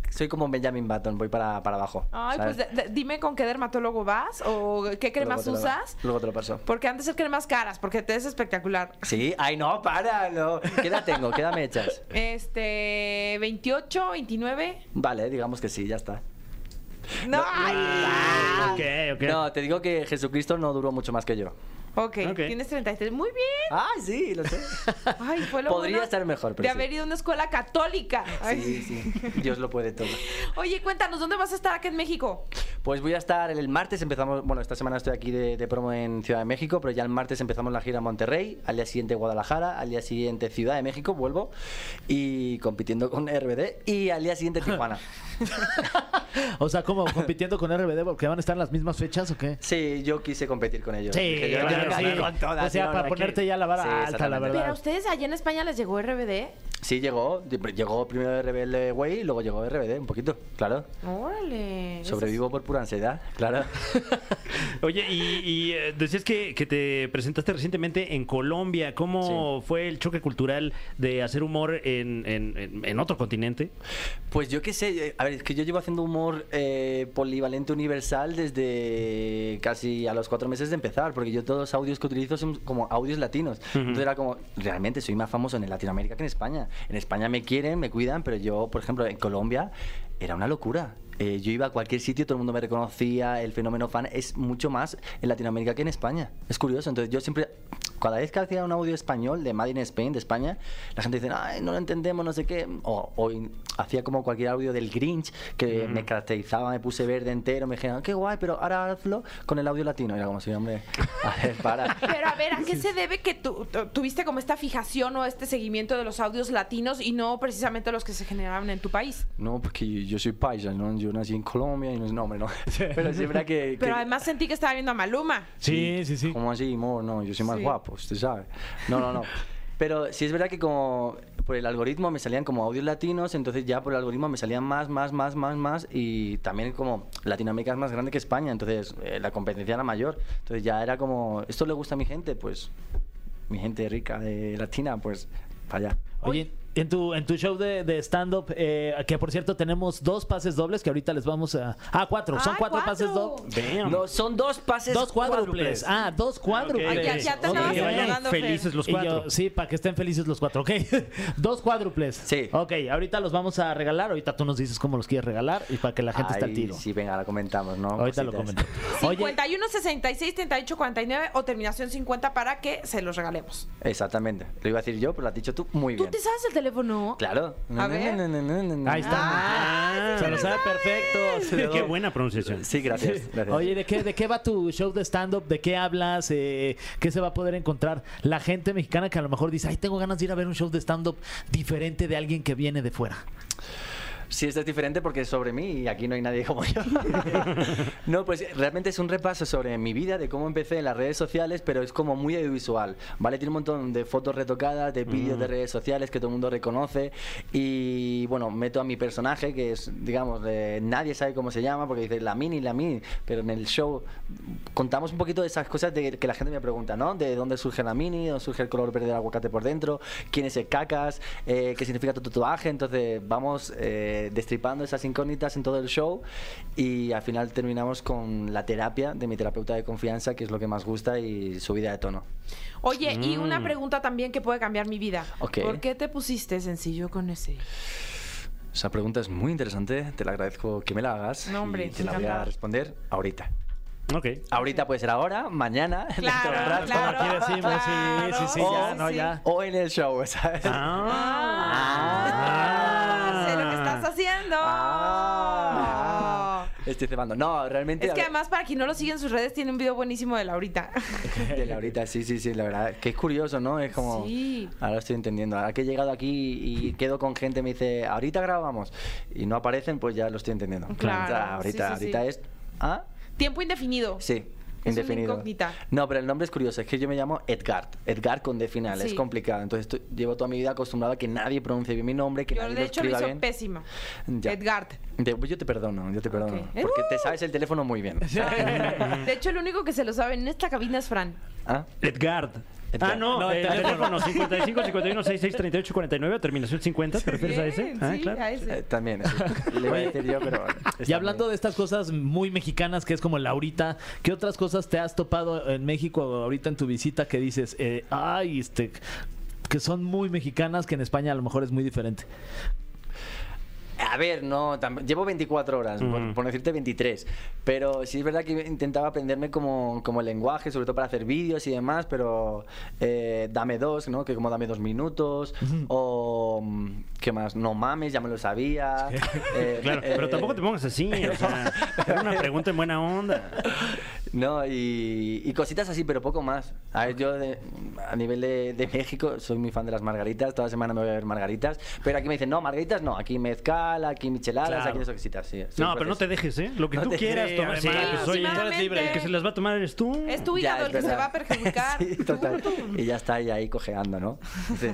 Speaker 7: Soy como Benjamin Button, voy para, para abajo.
Speaker 2: Ay,
Speaker 7: ¿sabes?
Speaker 2: pues de- de- dime con qué dermatólogo vas o qué
Speaker 7: Luego
Speaker 2: cremas
Speaker 7: te lo-
Speaker 2: usas.
Speaker 7: Luego te lo paso.
Speaker 2: Porque antes el cremas caras, porque te es espectacular.
Speaker 7: Sí, ay no, para, no. ¿Qué edad tengo? ¿Qué edad me echas?
Speaker 2: Este, 28, 29.
Speaker 7: Vale, digamos que sí, ya está.
Speaker 2: No,
Speaker 7: Ah.
Speaker 2: ay.
Speaker 3: Ok, Ah, ok.
Speaker 7: No, te digo que Jesucristo no duró mucho más que yo.
Speaker 2: ok,
Speaker 3: Ok.
Speaker 2: tienes 33. Muy bien.
Speaker 7: Ah, sí, lo sé.
Speaker 2: Ay, fue lo
Speaker 7: Ah. Podría
Speaker 2: bueno
Speaker 7: estar mejor, pero
Speaker 2: De
Speaker 7: sí.
Speaker 2: haber ido a una escuela católica. Ay.
Speaker 7: Sí, sí. Dios lo puede todo.
Speaker 2: Oye, cuéntanos, ¿dónde vas a estar acá en México?
Speaker 7: Pues voy a estar el martes, empezamos, bueno, esta semana estoy aquí de, de promo en Ciudad de México, pero ya el martes empezamos la gira a Monterrey, al día siguiente Guadalajara, al día siguiente Ciudad de México, vuelvo, y compitiendo con RBD, y al día siguiente Tijuana.
Speaker 4: O sea, como compitiendo con RBD porque van a estar en las mismas fechas o qué?
Speaker 7: Sí, yo quise competir con ellos. Dije, yo- yo
Speaker 3: claro,
Speaker 7: me
Speaker 3: sí.
Speaker 7: voy con todas,
Speaker 4: O sea,
Speaker 7: yo
Speaker 4: para
Speaker 7: aquí.
Speaker 4: ponerte ya la vara
Speaker 7: Sí,
Speaker 4: alta, la
Speaker 7: exactamente.
Speaker 2: Pero a
Speaker 4: verdad.
Speaker 2: ustedes allá en España les llegó RBD.
Speaker 7: Sí, llegó, llegó primero RBL Way y luego llegó RBD, un poquito, claro.
Speaker 2: Órale.
Speaker 7: Sobrevivo por pura ansiedad, claro.
Speaker 3: Oye, y, y, eh, decías que, que te presentaste recientemente en Colombia. ¿Cómo fue el choque cultural de hacer humor en, en- en- en otro continente?
Speaker 7: Pues yo qué sé, eh, a ver, es que yo llevo haciendo humor eh, polivalente universal desde casi a los cuatro meses de empezar, porque yo todos los audios que utilizo son como audios latinos. Entonces era como, realmente soy más famoso en Latinoamérica que en España. En España me quieren, me cuidan, pero yo, por ejemplo, en Colombia era una locura. Eh, yo iba a cualquier sitio, todo el mundo me reconocía, el fenómeno fan es mucho más en Latinoamérica que en España. Es curioso, entonces yo siempre, cada vez que hacía un audio español de Made in Spain, de España, la gente dice, ay, no lo entendemos, no sé qué. O, o in- hacía como cualquier audio del Grinch, que me caracterizaba, me puse verde entero, me dijeron, "Ah, qué guay, pero ahora hazlo con el audio latino. Era como si, hombre, a ver, para.
Speaker 2: Pero a ver, ¿a qué se debe que tú, tu- tuviste como esta fijación o este seguimiento de los audios latinos y no precisamente los que se generaban en tu país?
Speaker 7: No, porque yo soy paisa, ¿no? Yo nací en Colombia y no es nombre, ¿no? Pero sí es verdad que... que-
Speaker 2: Pero además sentí que estaba viendo a Maluma.
Speaker 4: Sí, sí, sí.
Speaker 7: ¿Cómo así, amor? No, yo soy más
Speaker 2: Sí.
Speaker 7: guapo, usted sabe. No, no, no. Pero sí es verdad que como por el algoritmo me salían como audios latinos, entonces ya por el algoritmo me salían más, más, más, más, más y también como Latinoamérica es más grande que España, entonces eh, la competencia era mayor. Entonces ya era como, ¿esto le gusta a mi gente? Pues mi gente rica de latina, pues para allá.
Speaker 4: Oye, en tu, en tu show de, de stand-up, eh, que por cierto tenemos dos pases dobles que ahorita les vamos a... Ah, cuatro, son
Speaker 2: Ay,
Speaker 4: cuatro,
Speaker 2: cuatro.
Speaker 4: pases dobles.
Speaker 3: Damn.
Speaker 7: No, son dos pases
Speaker 4: Dos cuádruples. Ah, dos cuádruples.
Speaker 2: Ay, ya- ya te
Speaker 4: Ok.
Speaker 2: andabas
Speaker 3: Que vayan
Speaker 2: enamorando, Fer.
Speaker 3: felices los
Speaker 4: Y
Speaker 3: cuatro.
Speaker 4: yo, sí, para que estén felices los cuatro, ok. Dos cuádruples.
Speaker 7: Sí.
Speaker 4: Ok, ahorita los vamos a regalar. Ahorita tú nos dices cómo los quieres regalar y para que la gente esté al
Speaker 7: Ay,
Speaker 4: tiro.
Speaker 7: Sí, venga, la comentamos, ¿no?
Speaker 4: Ahorita lo
Speaker 7: Cositas.
Speaker 4: comento. Oye,
Speaker 2: 51 66 38 49 o terminación 50 para que se los regalemos.
Speaker 7: Exactamente. Lo iba a decir yo, pero lo has dicho tú muy bien.
Speaker 2: ¿Tú te sabes el teléfono?
Speaker 7: Claro.
Speaker 2: A ver.
Speaker 4: ahí está.
Speaker 2: Ah,
Speaker 4: Se lo sabe perfecto.
Speaker 3: Qué buena pronunciación.
Speaker 7: Sí, gracias. gracias.
Speaker 4: Oye, ¿de qué, ¿de qué va tu show de stand-up? ¿De qué hablas? Eh, ¿Qué se va a poder encontrar la gente mexicana que a lo mejor dice, ay, tengo ganas de ir a ver un show de stand-up diferente de alguien que viene de fuera?
Speaker 7: Sí, esto es diferente porque es sobre mí y aquí no hay nadie como yo. no, pues realmente es un repaso sobre mi vida, de cómo empecé en las redes sociales, pero es como muy audiovisual, ¿vale? Tiene un montón de fotos retocadas, de vídeos
Speaker 4: Mm.
Speaker 7: de redes sociales que todo el mundo reconoce y, bueno, meto a mi personaje que es, digamos, eh, nadie sabe cómo se llama porque dice la mini, la mini, pero en el show contamos un poquito de esas cosas de que la gente me pregunta, ¿no? De dónde surge la mini, dónde surge el color verde del aguacate por dentro, quién es el cacas, eh, qué significa tu tatuaje. Entonces vamos eh, destripando esas incógnitas en todo el show y al final terminamos con la terapia de mi terapeuta de confianza, que es lo que más gusta, y subida de tono.
Speaker 2: Oye, y
Speaker 4: Mm.
Speaker 2: una pregunta también que puede cambiar mi vida.
Speaker 7: Ok.
Speaker 2: ¿Por qué te pusiste sencillo con ese?
Speaker 7: Esa pregunta es muy interesante, te la agradezco que me la hagas.
Speaker 2: No, hombre,
Speaker 7: y te la voy a
Speaker 2: encantada.
Speaker 7: responder ahorita.
Speaker 3: Ok.
Speaker 7: Ahorita puede ser ahora, mañana, dentro de un
Speaker 2: Claro,
Speaker 7: rato,
Speaker 2: claro.
Speaker 4: Aquí decimos, sí,
Speaker 2: claro,
Speaker 4: sí, sí,
Speaker 7: ya,
Speaker 4: no, ya.
Speaker 7: o en el show, ¿sabes?
Speaker 3: Ah.
Speaker 2: Ah, sé lo que estás haciendo.
Speaker 7: Ah. Estoy cebando. No, realmente.
Speaker 2: Es que
Speaker 7: a ver,
Speaker 2: además, para quien no lo sigue en sus redes, tiene un video buenísimo de Laurita.
Speaker 7: De Laurita, sí, sí, sí, la verdad. Que es curioso, ¿no? Es como.
Speaker 2: Sí.
Speaker 7: Ahora estoy entendiendo. Ahora que he llegado aquí y quedo con gente, me dice, ahorita grabamos. Y no aparecen, pues ya lo estoy entendiendo.
Speaker 2: Claro,
Speaker 7: O sea, ahorita,
Speaker 2: sí, sí, sí.
Speaker 7: ahorita es. ¿Ah?
Speaker 2: Tiempo indefinido.
Speaker 7: Sí.
Speaker 2: Es una
Speaker 7: indefinido.
Speaker 2: incógnita.
Speaker 7: No, pero el nombre es curioso. Es que yo me llamo Edgard. Edgar con D final. Es
Speaker 2: Sí.
Speaker 7: complicado. Entonces tú- llevo toda mi vida acostumbrado a que nadie pronuncie bien mi nombre, que
Speaker 2: Yo,
Speaker 7: nadie
Speaker 2: de
Speaker 7: lo
Speaker 2: hecho, lo
Speaker 7: escriba
Speaker 2: hizo
Speaker 7: bien.
Speaker 2: pésimo.
Speaker 7: Ya.
Speaker 2: Edgard.
Speaker 7: De- pues yo te perdono, yo te perdono.
Speaker 2: Ok.
Speaker 7: Porque
Speaker 2: ¡Uh!
Speaker 7: te sabes el teléfono muy bien.
Speaker 2: De hecho, el único que se lo sabe en esta cabina es Fran.
Speaker 7: ¿Ah?
Speaker 3: Edgard.
Speaker 7: Edgard.
Speaker 3: Ah, no,
Speaker 4: No,
Speaker 3: el
Speaker 4: el teléfono.
Speaker 3: teléfono 55 51 66 38 49, terminación 50, ¿te refieres a ese?
Speaker 2: Bien,
Speaker 3: Ah,
Speaker 2: sí,
Speaker 3: claro.
Speaker 2: a
Speaker 7: Eh,
Speaker 2: ese.
Speaker 7: también, sí. le voy a decir yo, pero...
Speaker 4: Y hablando de estas cosas muy mexicanas, que es como Laurita, ¿qué otras cosas te has topado en México ahorita en tu visita que dices, eh, ay, este, que son muy mexicanas, que en España a lo mejor es muy diferente?
Speaker 7: A ver, no, tam- llevo 24 horas, por,
Speaker 3: Ujú.
Speaker 7: por no decirte 23, pero sí es verdad que intentaba aprenderme como, como el lenguaje, sobre todo para hacer vídeos y demás, pero eh, dame dos, ¿no? Que como dame dos minutos, o mm, qué más, no mames, ya me lo sabía. eh,
Speaker 3: Claro, pero
Speaker 7: eh,
Speaker 3: tampoco te pongas así, o sea, era una pregunta en buena onda.
Speaker 7: No, y, y cositas así, pero poco más. A ver, yo de- a nivel de, de México soy muy fan de las margaritas, toda semana me voy a ver margaritas, pero aquí me dicen, no, margaritas no, aquí mezcal, aquí micheladas,
Speaker 3: Claro.
Speaker 7: aquí esas cositas, sí. pues soy
Speaker 3: No,
Speaker 7: un
Speaker 3: pero no te
Speaker 7: proceso.
Speaker 3: dejes, ¿eh? Lo que
Speaker 7: No
Speaker 3: tú
Speaker 7: te-
Speaker 3: quieras
Speaker 7: Sí,
Speaker 3: tomar.
Speaker 7: además.
Speaker 3: pues,
Speaker 2: Sí,
Speaker 3: oye,
Speaker 2: tú eres libre.
Speaker 3: El que se las va a tomar eres tú.
Speaker 2: Es tu
Speaker 7: Ya,
Speaker 2: hígado
Speaker 7: es
Speaker 2: el que se
Speaker 7: verdad.
Speaker 2: va a perjudicar.
Speaker 7: sí,
Speaker 2: Tú,
Speaker 7: total.
Speaker 2: tú.
Speaker 7: Y ya está ahí, ahí cojeando, ¿no? Sí.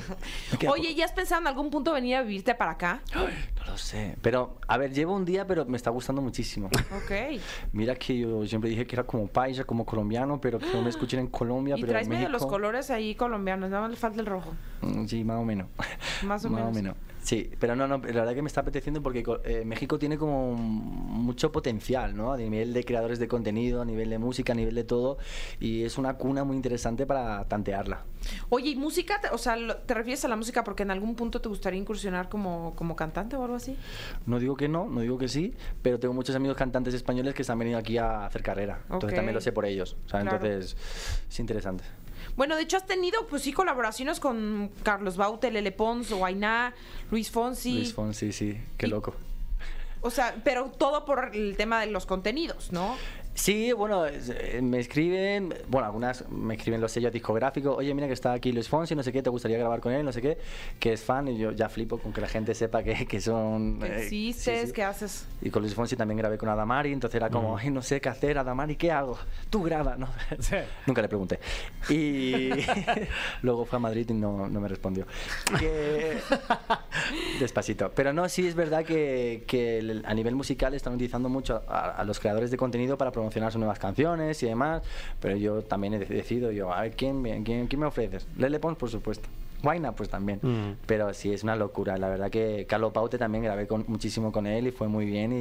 Speaker 7: ¿Qué hago?
Speaker 2: Oye, ¿ya has pensado en algún punto venir a vivirte para acá?
Speaker 7: No lo sé. Pero, a ver, llevo un día, pero me está gustando muchísimo.
Speaker 2: Ok.
Speaker 7: Mira que yo siempre dije que era como paisa, como colombiano, pero que no me escuchen en Colombia,
Speaker 2: Y
Speaker 7: pero
Speaker 2: traes
Speaker 7: en
Speaker 2: medio los
Speaker 7: México-
Speaker 2: colores ahí colombianos, nada más le falta el rojo.
Speaker 7: Mm, Sí, más o menos.
Speaker 2: Más o menos.
Speaker 7: Sí, pero no, no, la verdad que me está apeteciendo porque co- eh, México tiene como mucho potencial, ¿no? A nivel de creadores de contenido, a nivel de música, a nivel de todo. Y es una cuna muy interesante para tantearla.
Speaker 2: Oye, ¿y música? Te- O sea, lo- ¿te refieres a la música porque en algún punto te gustaría incursionar como, como cantante o algo así?
Speaker 7: No digo que no, no digo que sí, pero tengo muchos amigos cantantes españoles que se han venido aquí a hacer carrera.
Speaker 2: Ok.
Speaker 7: Entonces también lo sé por ellos. O sea,
Speaker 2: Claro.
Speaker 7: Entonces es interesante.
Speaker 2: Bueno, de hecho has tenido, pues sí, colaboraciones con Carlos Baute, Lele Pons, Guainá, Luis Fonsi.
Speaker 7: Luis Fonsi, sí, qué
Speaker 2: Y-
Speaker 7: loco.
Speaker 2: O sea, pero todo por el tema de los contenidos, ¿no?
Speaker 7: Sí, bueno, es- eh, me escriben, bueno, algunas me escriben los sellos discográficos, oye, mira que está aquí Luis Fonsi, no sé qué, te gustaría grabar con él, no sé qué, que es fan y yo ya flipo con que la gente sepa que, que son...
Speaker 2: ¿Qué
Speaker 7: eh, sí,
Speaker 2: existes?
Speaker 7: sí.
Speaker 2: ¿Qué haces?
Speaker 7: Y con Luis Fonsi también grabé con Adamari, entonces era como, ay, no sé qué hacer, Adamari, ¿qué hago? Tú graba, ¿no? Nunca le pregunté. Y luego fue a Madrid y no, no me respondió. Que- Despacito. Pero no, sí es verdad que, que el- a nivel musical están utilizando mucho a, a los creadores de contenido para promocionar sus nuevas canciones y demás, pero yo también he dec- decidido, yo, a ver, ¿quién, me- quién, quién me ofreces? Lele Pons, por supuesto. Guayna, pues también.
Speaker 3: Mm.
Speaker 7: Pero sí, es una locura. La verdad que Carlos Paute también grabé con, muchísimo con él y fue muy bien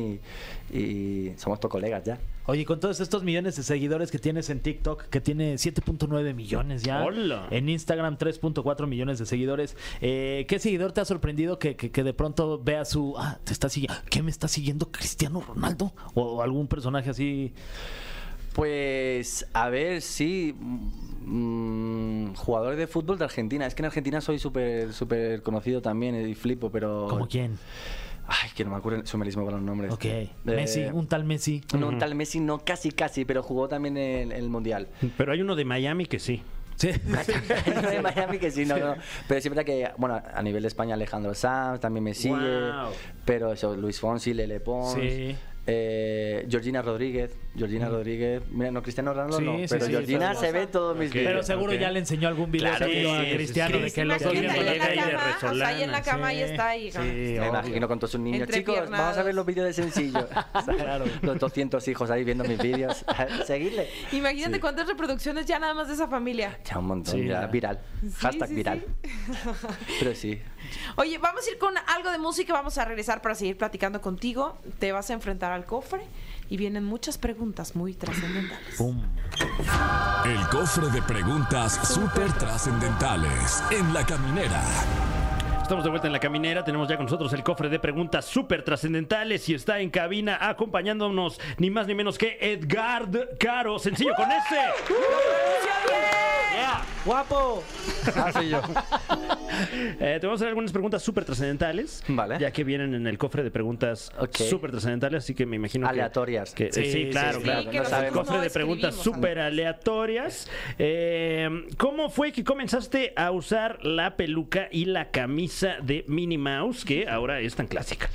Speaker 7: y, y somos todos colegas ya.
Speaker 4: Oye, con todos estos millones de seguidores que tienes en TikTok, que tiene 7.9 millones ya.
Speaker 3: Hola.
Speaker 4: En Instagram 3.4 millones de seguidores. eh, ¿Qué seguidor te ha sorprendido que, que- que de pronto veas su... Ah, te está siguiendo... ¿Qué me está siguiendo Cristiano Ronaldo? O, o algún personaje así...
Speaker 7: Pues, a ver, sí. mm, jugador de fútbol de Argentina. Es que en Argentina soy súper súper conocido también y flipo, pero.
Speaker 4: ¿Como quién?
Speaker 7: Ay, que no me ocurre sumerismo para los nombres.
Speaker 4: Ok.
Speaker 7: Eh,
Speaker 4: Messi, un tal Messi.
Speaker 7: No, un tal Messi no, casi, casi, pero jugó también en el Mundial.
Speaker 3: Pero hay uno de Miami que sí.
Speaker 4: Sí.
Speaker 7: No de Miami que sí, no, no. Pero es verdad que, bueno, a nivel de España Alejandro Sanz también me sigue.
Speaker 3: Guau.
Speaker 7: Pero eso, Luis Fonsi, Lele Pons.
Speaker 4: Sí. Mm.
Speaker 7: eh, Georgina Rodríguez, Georgina Rodríguez, mira, no Cristiano Ronaldo,
Speaker 4: Sí,
Speaker 7: no,
Speaker 4: sí,
Speaker 7: pero
Speaker 4: sí,
Speaker 7: Georgina
Speaker 4: sí.
Speaker 7: se ve en todos mis
Speaker 3: Ok.
Speaker 7: vídeos.
Speaker 4: Pero seguro
Speaker 3: Ok.
Speaker 4: ya le enseñó algún video
Speaker 3: Claro,
Speaker 4: suyo
Speaker 3: sí,
Speaker 4: a
Speaker 3: sí, sí,
Speaker 4: Cristiano
Speaker 3: sí.
Speaker 4: de que lo
Speaker 2: Imagínate
Speaker 3: Imagínate,
Speaker 4: sigue.
Speaker 2: ahí en la
Speaker 3: llega y de
Speaker 2: cama, o sea, ahí en la
Speaker 3: Resolana,
Speaker 2: cama
Speaker 4: sí.
Speaker 2: y está ahí.
Speaker 4: Sí,
Speaker 2: ¿no?
Speaker 7: Me imagino con todos sus niños.
Speaker 2: Entre
Speaker 7: Chicos,
Speaker 2: piernas.
Speaker 7: vamos a ver los vídeos de sencillo.
Speaker 4: Claro.
Speaker 7: Los 200 hijos ahí viendo mis vídeos. Seguidle.
Speaker 2: Imagínate cuántas reproducciones ya nada más de esa familia.
Speaker 7: Ya un montón,
Speaker 3: Sí,
Speaker 7: ya,
Speaker 3: ya.
Speaker 7: viral.
Speaker 2: Sí,
Speaker 7: Hashtag
Speaker 2: sí,
Speaker 7: viral. Pero sí.
Speaker 2: Oye, vamos a ir con algo de música, vamos a regresar para seguir platicando contigo. Te vas a enfrentar al cofre y vienen muchas preguntas muy trascendentales.
Speaker 4: Pum.
Speaker 1: El cofre de preguntas súper trascendentales en la caminera.
Speaker 3: Estamos de vuelta en la caminera. Tenemos ya con nosotros el cofre de preguntas súper trascendentales y está en cabina acompañándonos ni más ni menos que Edgard Caro. Sencillo con ese. Yeah.
Speaker 7: ¡Guapo! Ah, soy yo.
Speaker 3: Eh, te vamos a hacer algunas preguntas súper trascendentales.
Speaker 7: Vale.
Speaker 3: Ya que vienen en el cofre de preguntas
Speaker 7: Ok.
Speaker 3: súper trascendentales, así que me imagino. que-
Speaker 7: Aleatorias.
Speaker 3: que- eh, sí,
Speaker 4: Sí, sí,
Speaker 3: claro,
Speaker 7: sí,
Speaker 3: claro.
Speaker 7: que no
Speaker 3: el
Speaker 7: sabemos.
Speaker 3: cofre
Speaker 2: No
Speaker 3: de preguntas
Speaker 2: escribimos.
Speaker 3: súper aleatorias. Eh, ¿Cómo fue que comenzaste a usar la peluca y la camisa de Minnie Mouse, que ahora es tan clásica?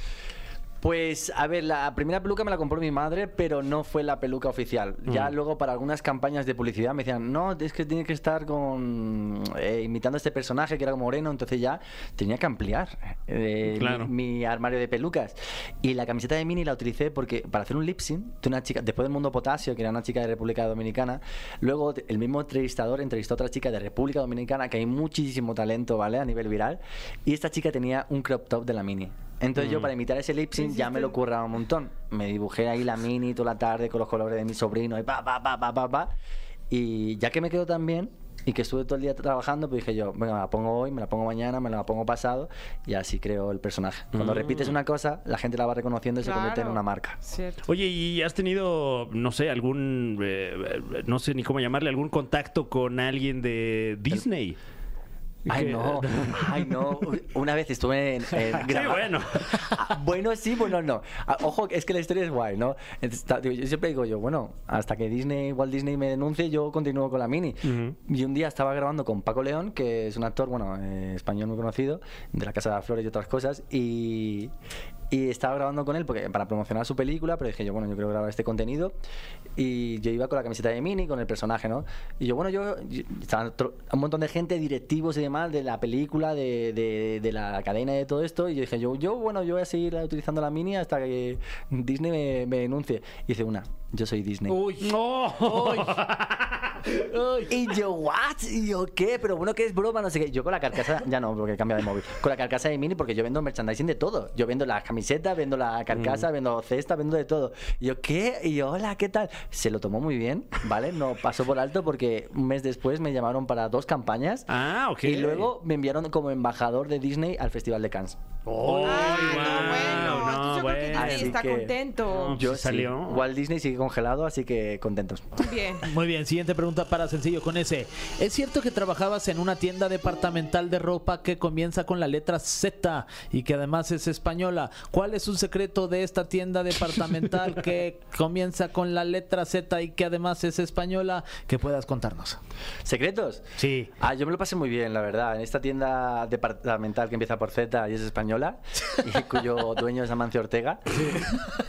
Speaker 7: Pues, a ver, la primera peluca me la compró mi madre, pero no fue la peluca oficial. Ya luego para algunas campañas de publicidad me decían, no, es que tiene que estar con eh, imitando a este personaje que era como moreno, entonces ya tenía que ampliar eh,
Speaker 3: Claro.
Speaker 7: mi, mi armario de pelucas. Y la camiseta de Mini la utilicé porque para hacer un lip sync de una chica, después del mundo potasio, que era una chica de República Dominicana, luego el mismo entrevistador entrevistó a otra chica de República Dominicana, que hay muchísimo talento, ¿vale? A nivel viral. Y esta chica tenía un crop top de la Mini. Entonces yo para imitar ese lip sync ya me lo curraba un montón. Me dibujé ahí la Mini toda la tarde con los colores de mi sobrino y pa, pa, pa, pa, pa, pa. Y ya que me quedó tan bien y que estuve todo el día trabajando, pues dije yo, venga, me la pongo hoy, me la pongo mañana, me la pongo pasado y así creo el personaje.
Speaker 3: Mm.
Speaker 7: Cuando repites una cosa, la gente la va reconociendo y se convierte en
Speaker 2: Claro.
Speaker 7: una marca.
Speaker 2: Cierto.
Speaker 3: Oye, ¿y has tenido, no sé, algún, eh, no sé ni cómo llamarle, algún contacto con alguien de Disney?
Speaker 7: Ay
Speaker 3: Que-
Speaker 7: no, ay no. Una vez estuve en, en
Speaker 3: Sí,
Speaker 7: graba-
Speaker 3: bueno.
Speaker 7: Ah, Bueno sí, bueno no. Ah, Ojo, es que la historia es guay, ¿no? Entonces, ta- digo, yo siempre digo yo, bueno, hasta que Disney, Walt Disney me denuncie, yo continúo con la mini. Y un día estaba grabando con Paco León, que es un actor, bueno, eh, español muy conocido, de la Casa de las Flores y otras cosas, y, y estaba grabando con él porque, para promocionar su película, pero dije yo, bueno, yo quiero grabar este contenido. Y yo iba con la camiseta de Mini, con el personaje, ¿no? Y yo, bueno, yo, yo- estaba otro- un montón de gente, directivos y demás, de la película, de, de- de la cadena y de todo esto. Y yo dije, yo, yo, bueno, yo voy a seguir utilizando la Mini hasta que Disney me, me denuncie. Y dice una, yo soy Disney.
Speaker 3: Uh,
Speaker 4: Uy. Uy. Uy.
Speaker 7: Y yo, ¿what? Y yo, ¿qué? Pero bueno, que es broma, no sé qué. Yo con la carcasa, ya no, porque cambia de móvil. Con la carcasa de Mini, porque yo vendo merchandising de todo. Yo vendo las camisetas, vendo la
Speaker 3: Mm.
Speaker 7: carcasa, vendo cesta, vendo de todo. Y yo, ¿qué? Y yo, hola, ¿qué tal? Se lo tomó muy bien, ¿vale? No pasó por alto porque un mes después me llamaron para dos campañas.
Speaker 3: Ah, ok.
Speaker 7: Y luego me enviaron como embajador de Disney al Festival de Cannes. Oh,
Speaker 2: Ah,
Speaker 3: Ay,
Speaker 2: no, bueno.
Speaker 3: guau,
Speaker 2: entonces yo creo que
Speaker 3: bueno.
Speaker 2: Disney
Speaker 7: Así
Speaker 2: está
Speaker 7: que-
Speaker 2: contento.
Speaker 3: No. sí salió.
Speaker 7: Walt Disney sigue congelado, así que contentos.
Speaker 2: Bien.
Speaker 4: Muy bien, siguiente pregunta para sencillo con ese. ¿Es cierto que trabajabas en una tienda departamental de ropa que comienza con la letra Z y que además es española? ¿Cuál es un secreto de esta tienda departamental que comienza con la letra Z y que además es española que puedas contarnos?
Speaker 7: ¿Secretos?
Speaker 4: Sí.
Speaker 7: Ah, yo me lo pasé muy bien, la verdad. En esta tienda departamental que empieza por Z y es española, y cuyo dueño es Amancio Ortega,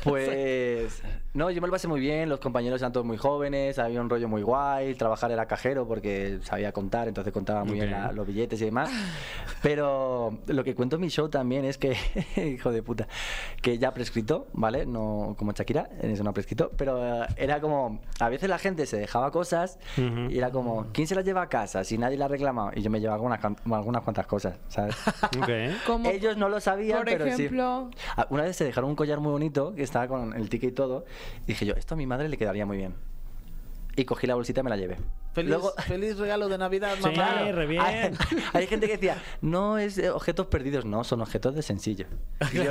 Speaker 7: pues... No, yo me lo pasé muy bien, los compañeros eran todos muy jóvenes, había un rollo muy guay, trabajar era cajero porque sabía contar, entonces contaba muy
Speaker 3: Ok.
Speaker 7: bien la- los billetes y demás. Pero lo que cuento en mi show también es que, hijo de puta, que ya prescrito, ¿vale? No como Shakira, en eso no ha prescrito, pero eh, era como, a veces la gente se dejaba cosas y era como, ¿quién se las lleva a casa si nadie la ha reclamado? Y yo me llevaba algunas, can- algunas cuantas cosas, ¿sabes?
Speaker 3: Ok.
Speaker 2: Como,
Speaker 7: Ellos no lo sabían,
Speaker 2: por
Speaker 7: pero
Speaker 2: ejemplo,
Speaker 7: sí. Ah, Una vez se dejaron un collar muy bonito que estaba con el ticket y todo, y dije yo, esto a mi madre le quedaría muy bien. Y cogí la bolsita y me la llevé.
Speaker 4: Feliz,
Speaker 7: Luego-
Speaker 4: feliz regalo de Navidad,
Speaker 3: Sí.
Speaker 4: mamá.
Speaker 3: re bien.
Speaker 7: Hay, hay gente que decía, no es eh, objetos perdidos, no, son objetos de sencillo. Y yo-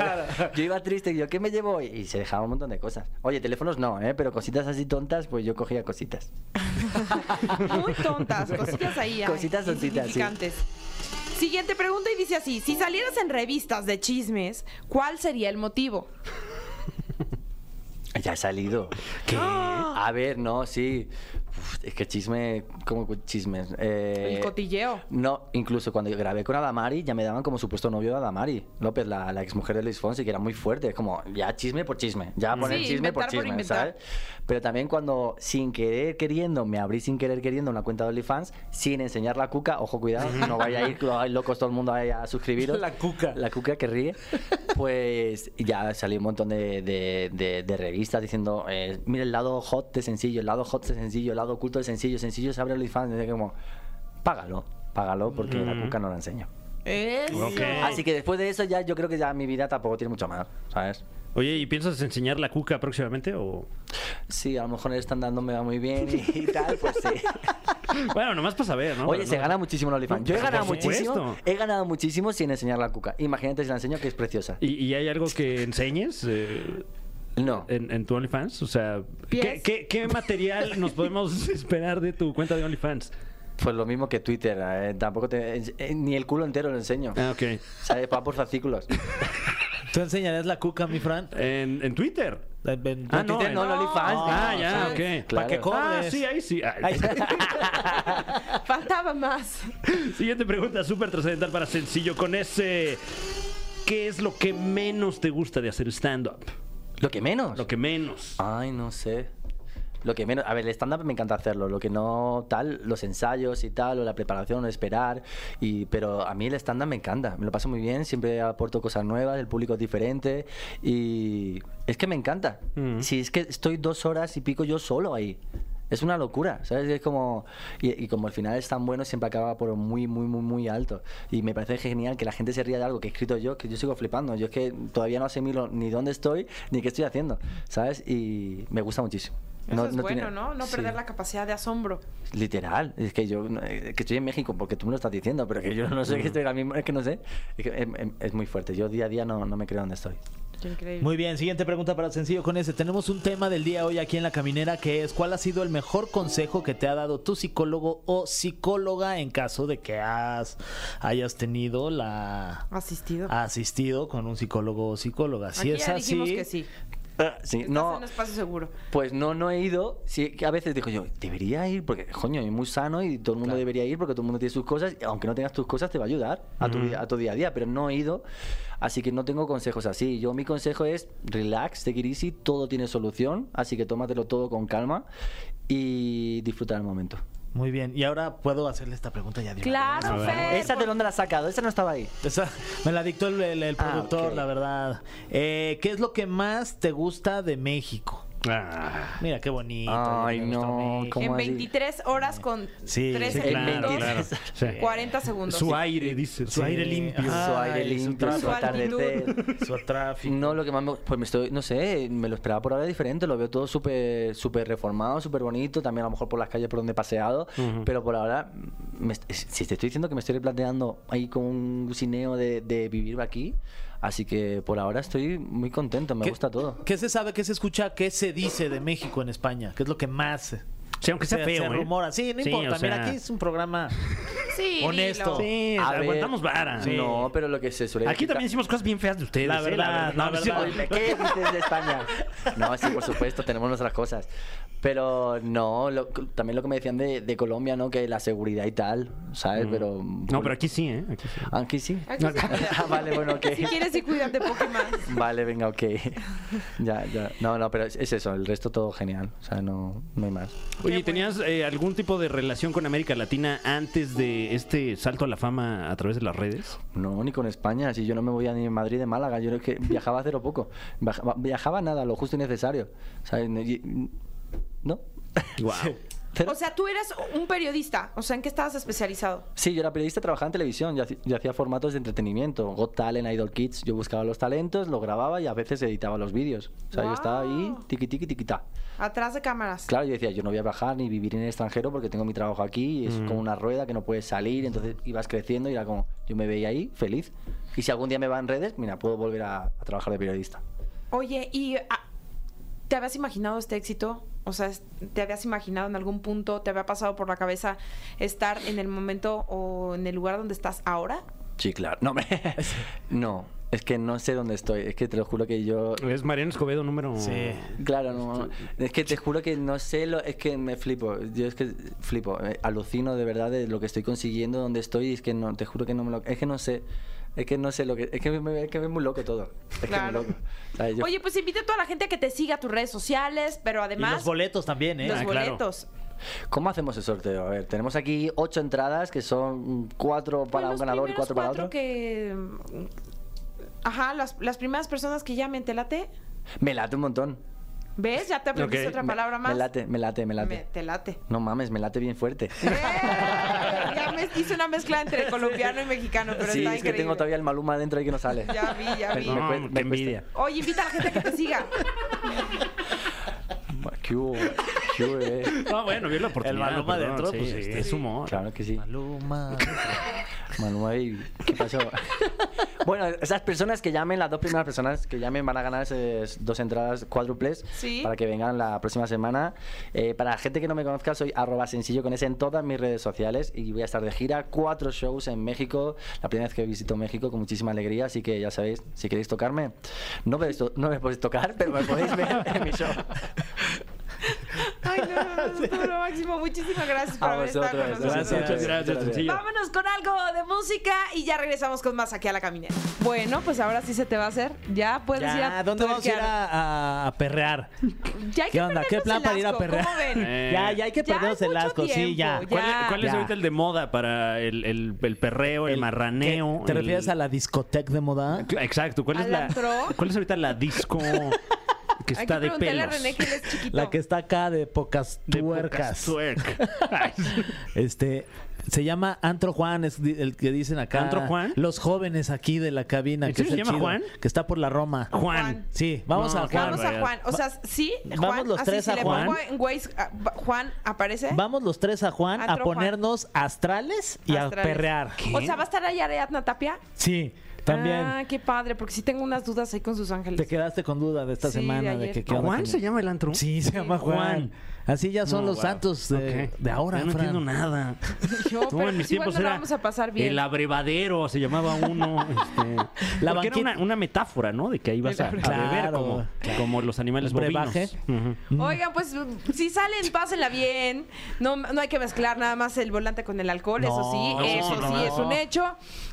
Speaker 7: Yo, iba triste, y yo, ¿qué me llevo hoy? Y se dejaba un montón de cosas. Oye, teléfonos no, ¿eh? pero cositas así tontas, pues yo cogía cositas.
Speaker 2: muy tontas, cosillas ahí. ay,
Speaker 7: Cositas tontitas, sí.
Speaker 2: insignificantes. Siguiente pregunta y dice así: si salieras en revistas de chismes, ¿cuál sería el motivo?
Speaker 7: Ya he salido. ¿Qué? A ver, no, sí. Uf, es que chisme, ¿cómo cu- chismes? Eh,
Speaker 2: el cotilleo.
Speaker 7: No, incluso cuando yo grabé con Adamari ya me daban como supuesto novio de Adamari López, la, la exmujer de Luis Fonsi, que era muy fuerte. Es como, ya chisme por chisme, ya poner
Speaker 2: Sí,
Speaker 7: chisme por
Speaker 2: inventar por
Speaker 7: chisme,
Speaker 2: inventar.
Speaker 7: ¿sabes? Pero también cuando sin querer queriendo, me abrí sin querer queriendo una cuenta de OnlyFans, sin enseñar la cuca, ojo, cuidado, no vaya a ir ay, locos todo el mundo ahí a suscribiros.
Speaker 4: La cuca.
Speaker 7: La cuca que ríe. Pues ya salió un montón de, de- de- de revistas diciendo, eh, mira el lado hot de sencillo, el lado hot de sencillo, el lado
Speaker 3: Mm.
Speaker 7: oculto de sencillo, sencillo se abre OnlyFans. Y yo como, págalo, págalo porque la cuca no la enseño.
Speaker 2: Eso.
Speaker 3: Ok.
Speaker 7: Así que después de eso ya yo creo que ya mi vida tampoco tiene mucho más, ¿sabes?
Speaker 3: Oye, ¿y piensas enseñar la cuca próximamente? O...
Speaker 7: Sí, a lo mejor el stand-up no me va muy bien y, tal, pues sí.
Speaker 3: Bueno, nomás para saber, ¿no?
Speaker 7: Oye,
Speaker 3: Pero
Speaker 7: se
Speaker 3: no-
Speaker 7: gana muchísimo en OnlyFans.
Speaker 3: No,
Speaker 7: Yo he
Speaker 3: por
Speaker 7: ganado
Speaker 3: supuesto.
Speaker 7: muchísimo, he ganado muchísimo sin enseñar la cuca. Imagínate si la enseño que es preciosa.
Speaker 3: ¿Y, y hay algo que enseñes eh,
Speaker 7: No.
Speaker 3: en, en tu OnlyFans? O sea, ¿qué,
Speaker 2: Pies.
Speaker 3: qué, qué material nos podemos esperar de tu cuenta de OnlyFans?
Speaker 7: Pues lo mismo que Twitter, eh, tampoco te, eh, ni el culo entero lo enseño.
Speaker 3: Ah, ok.
Speaker 7: ¿Sabes? Va por fascículos.
Speaker 4: ¿Tú enseñarás la cuca, mi Fran?
Speaker 3: En, en Twitter.
Speaker 4: En- en-
Speaker 3: Ah, no,
Speaker 7: Twitter no,
Speaker 3: en-
Speaker 7: en OnlyFans.
Speaker 3: Ah,
Speaker 7: no,
Speaker 3: ya,
Speaker 7: sí.
Speaker 3: ok.
Speaker 7: Claro.
Speaker 4: Para que
Speaker 3: Ah,
Speaker 4: cobres.
Speaker 3: sí, ahí sí. Ah,
Speaker 4: Ahí está.
Speaker 2: Faltaba más.
Speaker 3: Siguiente pregunta, súper trascendental para sencillo. Con ese. ¿Qué es lo que menos te gusta de hacer stand-up?
Speaker 7: Lo que menos.
Speaker 3: Lo que menos.
Speaker 7: Ay, no sé. Lo que menos, a ver, el stand-up me encanta hacerlo, lo que no tal, los ensayos y tal, o la preparación, o esperar, y, pero a mí el stand-up me encanta, me lo paso muy bien, siempre aporto cosas nuevas, el público es diferente, y es que me encanta.
Speaker 3: Mm.
Speaker 7: Si es que estoy dos horas y pico yo solo ahí, es una locura, ¿sabes? Es como, y, y como el final es tan bueno, siempre acaba por muy, muy, muy, muy alto, y me parece genial que la gente se ría de algo que he escrito yo, que yo sigo flipando, yo es que todavía no asimilo ni dónde estoy, ni qué estoy haciendo, ¿sabes? Y me gusta muchísimo.
Speaker 2: Eso es bueno,
Speaker 7: tiene-
Speaker 2: ¿no? No
Speaker 7: Sí.
Speaker 2: perder la capacidad de asombro.
Speaker 7: Literal, es que yo no, eh, que estoy en México porque tú me lo estás diciendo, pero que yo no sé que estoy ahora mismo, es que no sé, es, que em- em- es muy fuerte, yo día a día no, no me creo dónde estoy.
Speaker 2: Qué increíble.
Speaker 4: Muy bien, siguiente pregunta para Sencillo con ese. Tenemos un tema del día hoy aquí en La Caminera que es ¿cuál ha sido el mejor consejo que te ha dado tu psicólogo o psicóloga en caso de que has, hayas tenido la
Speaker 2: Asistido.
Speaker 7: Ah,
Speaker 4: asistido con un psicólogo o psicóloga? Si
Speaker 2: Aquí
Speaker 4: es
Speaker 2: ya
Speaker 4: así,
Speaker 2: dijimos que sí.
Speaker 7: Sí,
Speaker 2: Ah, Estás en
Speaker 7: no,
Speaker 2: un espacio seguro.
Speaker 7: pues no, no he ido, sí, que a veces digo yo, debería ir porque, coño, es muy sano y todo el mundo debería ir porque todo el mundo tiene sus cosas, y aunque no tengas tus cosas te va a ayudar a tu, vida- a tu día a día, pero no he ido, así que no tengo consejos así, yo mi consejo es relax, take it easy, todo tiene solución, así que tómatelo todo con calma y disfruta el momento.
Speaker 4: muy bien. Y ahora puedo hacerle esta pregunta ya. de una vez.
Speaker 2: Claro,
Speaker 3: A ver.
Speaker 2: Fer.
Speaker 7: Esa de dónde la has sacado, esa no estaba ahí.
Speaker 4: Esa- me la dictó el, el- el
Speaker 7: Ah,
Speaker 4: productor,
Speaker 7: ok.
Speaker 4: la verdad. Eh, ¿Qué es lo que más te gusta de México?
Speaker 3: Ah.
Speaker 4: Mira qué bonito.
Speaker 7: Ay,
Speaker 4: me gusta
Speaker 7: no,
Speaker 4: México.
Speaker 7: ¿cómo
Speaker 2: En
Speaker 7: así?
Speaker 2: 23 horas con
Speaker 4: Sí,
Speaker 2: 13
Speaker 4: sí,
Speaker 7: claro,
Speaker 2: minutos,
Speaker 7: claro.
Speaker 3: Sí.
Speaker 2: 40 segundos.
Speaker 3: Su aire, dice. Su
Speaker 4: Sí.
Speaker 3: aire limpio.
Speaker 4: Ajá.
Speaker 7: su aire
Speaker 4: Ay, su
Speaker 7: limpio, su,
Speaker 2: tráfico.
Speaker 7: atardecer.
Speaker 4: Su tráfico.
Speaker 7: No, lo que más me, pues me estoy, no sé, me lo esperaba por ahora diferente, lo veo todo súper súper reformado, súper bonito, también a lo mejor por las calles por donde he paseado,
Speaker 3: Ujú.
Speaker 7: pero por ahora, me est- si te estoy diciendo que me estoy planteando ahí con un gusineo de, de vivir aquí, así que por ahora estoy muy contento, me
Speaker 4: ¿Qué-
Speaker 7: gusta todo.
Speaker 4: ¿Qué se sabe, qué se escucha, qué se dice de México en España? ¿Qué es lo que más se,
Speaker 3: Sí, aunque sea
Speaker 4: se-
Speaker 3: feo,
Speaker 4: se
Speaker 3: ¿eh?
Speaker 4: rumora? Sí, no
Speaker 3: Sí,
Speaker 4: importa.
Speaker 3: o sea-
Speaker 4: Mira, aquí es un programa.
Speaker 2: Sí, dilo.
Speaker 4: Honesto.
Speaker 3: Sí,
Speaker 7: A ver,
Speaker 3: aguantamos vara.
Speaker 7: No, pero lo que se suele
Speaker 3: Aquí
Speaker 7: decir-
Speaker 3: también hicimos cosas bien feas de ustedes.
Speaker 4: La
Speaker 3: ¿eh?
Speaker 4: verdad, la
Speaker 3: no, sí,
Speaker 4: verdad.
Speaker 3: oye,
Speaker 7: ¿Qué dices de España? No, sí, por supuesto, tenemos nuestras cosas. Pero no, lo- también lo que me decían de, de Colombia, ¿no? Que la seguridad y tal, ¿sabes?
Speaker 3: Mm.
Speaker 7: Pero. Ah,
Speaker 3: No, pero aquí sí, ¿eh? Aquí sí.
Speaker 7: Aquí sí.
Speaker 2: Aquí sí, cuídate.
Speaker 7: Ah, vale, bueno, ok.
Speaker 2: Si quieres, sí, cuídate un poco más.
Speaker 7: Vale, venga, ok. ya, ya. No, no, pero es, es eso, el resto todo genial. O sea, no, no hay más.
Speaker 3: Oye, ¿tenías eh, algún tipo de relación con América Latina antes de este salto a la fama a través de las redes?
Speaker 7: No, ni con España. Si yo no me voy a ni Madrid de Málaga, yo creo que viajaba cero poco. Viajaba, viajaba nada, lo justo y necesario. O sea, no. y- ¿no?
Speaker 3: Wow.
Speaker 7: Cero.
Speaker 2: O sea, tú eras un periodista. O sea, ¿en qué estabas especializado?
Speaker 7: Sí, yo era periodista, trabajaba en televisión, yo haci- yo hacía formatos de entretenimiento, Got Talent, Idol Kids, yo buscaba los talentos, los grababa y a veces editaba los vídeos. O sea, yo estaba ahí,
Speaker 2: Guau.
Speaker 7: tiqui tiqui tiquita.
Speaker 2: Atrás de cámaras.
Speaker 7: Claro, yo decía, yo no voy a bajar ni vivir en el extranjero porque tengo mi trabajo aquí y es como una rueda que no puedes salir, entonces ibas creciendo y era como, yo me veía ahí feliz. Y si algún día me va en redes, mira, puedo volver a, a trabajar de periodista.
Speaker 2: Oye, ¿y ah, te habías imaginado este éxito? O sea, es- ¿te habías imaginado en algún punto, te había pasado por la cabeza estar en el momento o en el lugar donde estás ahora?
Speaker 7: Sí, claro. No, me... no, es que no sé dónde estoy, es que te lo juro que yo...
Speaker 3: Es Mariano Escobedo número...
Speaker 4: Sí.
Speaker 7: Claro, no, no. Es que te juro que no sé, lo, es que me flipo. Yo es que flipo. eh, Alucino de verdad de lo que estoy consiguiendo, dónde estoy. y es que no, te juro que no me lo. Es que no sé. Es que no sé lo que. Es que me, es que me es muy loco todo. Es que me
Speaker 2: Claro.
Speaker 7: loco. O sea, yo-
Speaker 2: Oye, pues invita a toda la gente a que te siga a tus redes sociales, pero
Speaker 4: Y
Speaker 2: además
Speaker 4: los boletos también, ¿eh?
Speaker 2: los
Speaker 3: Ah, claro.
Speaker 2: boletos.
Speaker 7: ¿Cómo hacemos el sorteo? A ver, tenemos aquí ocho entradas que son cuatro
Speaker 2: Pues
Speaker 7: para un
Speaker 2: los
Speaker 7: ganador y
Speaker 2: primeros
Speaker 7: cuatro para
Speaker 2: cuatro
Speaker 7: otro.
Speaker 2: que mm, ajá, las, las primeras personas que llamen, te late.
Speaker 7: Me late un montón.
Speaker 2: ¿Ves? Ya te aprendiste
Speaker 3: Ok.
Speaker 2: otra
Speaker 7: Me-
Speaker 2: palabra más.
Speaker 7: Me late, me late, me late.
Speaker 2: Me- te late.
Speaker 7: No mames, me late bien fuerte.
Speaker 2: ¡Eh! Ya me hice una mezcla entre colombiano y mexicano, pero
Speaker 7: sí,
Speaker 2: está
Speaker 7: es que
Speaker 2: increíble.
Speaker 7: tengo todavía el maluma adentro ahí que no sale.
Speaker 2: Ya vi, ya
Speaker 7: Me-
Speaker 2: vi.
Speaker 7: me
Speaker 3: No,
Speaker 7: cuesta- me
Speaker 3: qué
Speaker 7: cuesta.
Speaker 3: envidia.
Speaker 2: Oye, invita a la gente a que te siga.
Speaker 7: ¿Qué hubo? ¿Qué hubo, eh?
Speaker 3: No, bueno, bien la oportunidad.
Speaker 4: Maluma
Speaker 3: perdón,
Speaker 4: adentro,
Speaker 3: sí,
Speaker 4: pues,
Speaker 3: sí,
Speaker 4: este,
Speaker 3: es humor.
Speaker 7: Claro que sí.
Speaker 4: Maluma.
Speaker 7: Maluma, baby. ¿qué pasó? bueno, esas personas que llamen, las dos primeras personas que llamen van a ganar esas dos entradas cuádruples
Speaker 2: Sí.
Speaker 7: para que vengan la próxima semana. Eh, para la gente que no me conozca, soy arroba sencillo con ese en todas mis redes sociales y voy a estar de gira cuatro shows en México. La primera vez que visito México con muchísima alegría, así que ya sabéis, si queréis tocarme, no me, no me podéis tocar, pero me podéis ver en mi show.
Speaker 2: Ay, no, no, no, estuvo lo máximo. Muchísimas gracias por
Speaker 7: A
Speaker 2: haber estado con
Speaker 7: vosotros,
Speaker 2: nosotros.
Speaker 3: Gracias, muchas gracias,
Speaker 7: pues, Gracias.
Speaker 3: sencillo.
Speaker 2: Vámonos con algo de música y ya regresamos con más aquí a la caminera. Bueno, pues ahora sí se te va a hacer. Ya puedes ir a
Speaker 4: Ya, ¿dónde vamos a ir
Speaker 2: tuerquear.
Speaker 4: a, a- a perrear?
Speaker 2: Ya hay que
Speaker 4: ¿Qué onda? ¿Qué
Speaker 2: perdernos
Speaker 4: plan
Speaker 2: el
Speaker 4: para ir a
Speaker 2: asco, ¿cómo
Speaker 4: perrear?
Speaker 2: ven?
Speaker 3: Eh,
Speaker 4: Ya, ya hay que
Speaker 2: ya es
Speaker 4: perdernos el
Speaker 2: mucho
Speaker 4: asco, sí,
Speaker 2: tiempo,
Speaker 4: ya.
Speaker 3: ¿Cuál,
Speaker 2: Ya.
Speaker 3: cuál es
Speaker 4: Ya.
Speaker 3: ahorita el de moda para el, el- el perreo, el, marraneo?
Speaker 4: ¿Te
Speaker 3: el-
Speaker 4: refieres a la discoteca de moda?
Speaker 3: Exacto. ¿Cuál es
Speaker 2: ¿Al
Speaker 3: la?
Speaker 2: antro?
Speaker 3: ¿Cuál es ahorita la disco que
Speaker 2: Hay
Speaker 3: está
Speaker 2: que
Speaker 3: de
Speaker 2: preguntarle a
Speaker 3: pelos?
Speaker 2: René que él es chiquito.
Speaker 4: La que está acá de pocas
Speaker 3: De
Speaker 4: tuercas.
Speaker 3: pocas Twerk. Ay,
Speaker 4: Este se llama Antro Juan, es di- el que dicen acá.
Speaker 3: ¿Antro Juan?
Speaker 4: Los jóvenes aquí de la cabina.
Speaker 3: ¿En
Speaker 4: que
Speaker 3: serio se
Speaker 4: está
Speaker 3: llama Juan?
Speaker 4: Que está por la Roma.
Speaker 3: Juan.
Speaker 4: Sí, vamos
Speaker 3: No,
Speaker 4: a Juan.
Speaker 2: Vamos a Juan. O sea, sí, Juan.
Speaker 4: Vamos los
Speaker 2: así,
Speaker 4: tres
Speaker 2: si
Speaker 4: a
Speaker 2: le
Speaker 4: Juan.
Speaker 2: pongo en Waze, ah, va- Juan aparece.
Speaker 4: Vamos los tres a Juan
Speaker 2: Antro
Speaker 4: a ponernos astrales y
Speaker 2: Astrales.
Speaker 4: a perrear.
Speaker 2: O sea, va a estar ahí Ariadna Tapia.
Speaker 4: Sí, también.
Speaker 2: Ah, qué padre, porque sí tengo unas dudas ahí con sus ángeles.
Speaker 4: Te quedaste con duda de esta
Speaker 2: Sí, de
Speaker 4: semana de,
Speaker 2: ayer.
Speaker 4: que qué onda
Speaker 3: ¿Juan
Speaker 4: con-
Speaker 3: se llama el antro?
Speaker 4: Sí, se llama Juan.
Speaker 3: Juan.
Speaker 4: Así ya son
Speaker 3: No,
Speaker 4: los
Speaker 3: wow.
Speaker 4: santos de,
Speaker 3: Ok.
Speaker 4: de ahora,
Speaker 3: Ya no
Speaker 4: Fran.
Speaker 3: entiendo nada.
Speaker 2: Yo,
Speaker 3: Tú,
Speaker 2: pero
Speaker 3: en mis
Speaker 2: pues igual
Speaker 3: tiempos
Speaker 2: no la
Speaker 3: era
Speaker 2: vamos a pasar bien.
Speaker 3: El abrevadero se llamaba uno. este,
Speaker 4: La
Speaker 3: porque era
Speaker 4: banqueta.
Speaker 3: una, una metáfora, ¿no? De que ahí vas a, a
Speaker 4: abrevadero.
Speaker 3: beber
Speaker 4: Claro.
Speaker 3: como, como los animales
Speaker 4: Un
Speaker 3: bovinos.
Speaker 4: brebaje.
Speaker 3: Ujú.
Speaker 2: Oigan, pues si salen, pásenla bien. No, no hay que mezclar nada más el volante con el alcohol, eso
Speaker 4: No,
Speaker 2: sí,
Speaker 4: no,
Speaker 2: eso
Speaker 3: no,
Speaker 2: sí,
Speaker 3: no.
Speaker 2: es un hecho.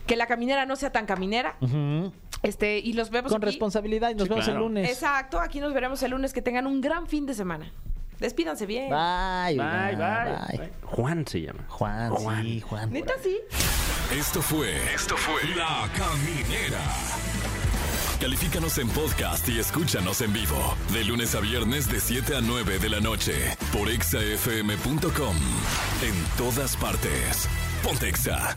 Speaker 2: Que la caminera no sea tan caminera.
Speaker 4: Ujú.
Speaker 2: Este, y los vemos
Speaker 4: Con
Speaker 2: aquí.
Speaker 4: responsabilidad y nos
Speaker 3: Sí,
Speaker 4: vemos
Speaker 3: claro.
Speaker 4: el lunes.
Speaker 2: Exacto, aquí nos veremos el lunes. Que tengan un gran fin de semana. Despídanse bien.
Speaker 4: Bye,
Speaker 3: Bye,
Speaker 4: bye,
Speaker 3: bye, Juan se llama.
Speaker 4: Juan,
Speaker 3: Juan.
Speaker 4: sí, Juan.
Speaker 2: Neta, sí.
Speaker 1: Esto fue. Esto fue. La Caminera. Califícanos en podcast y escúchanos en vivo. De lunes a viernes de 7 a 9 de la noche. Por exafm.com. En todas partes. Pontexa.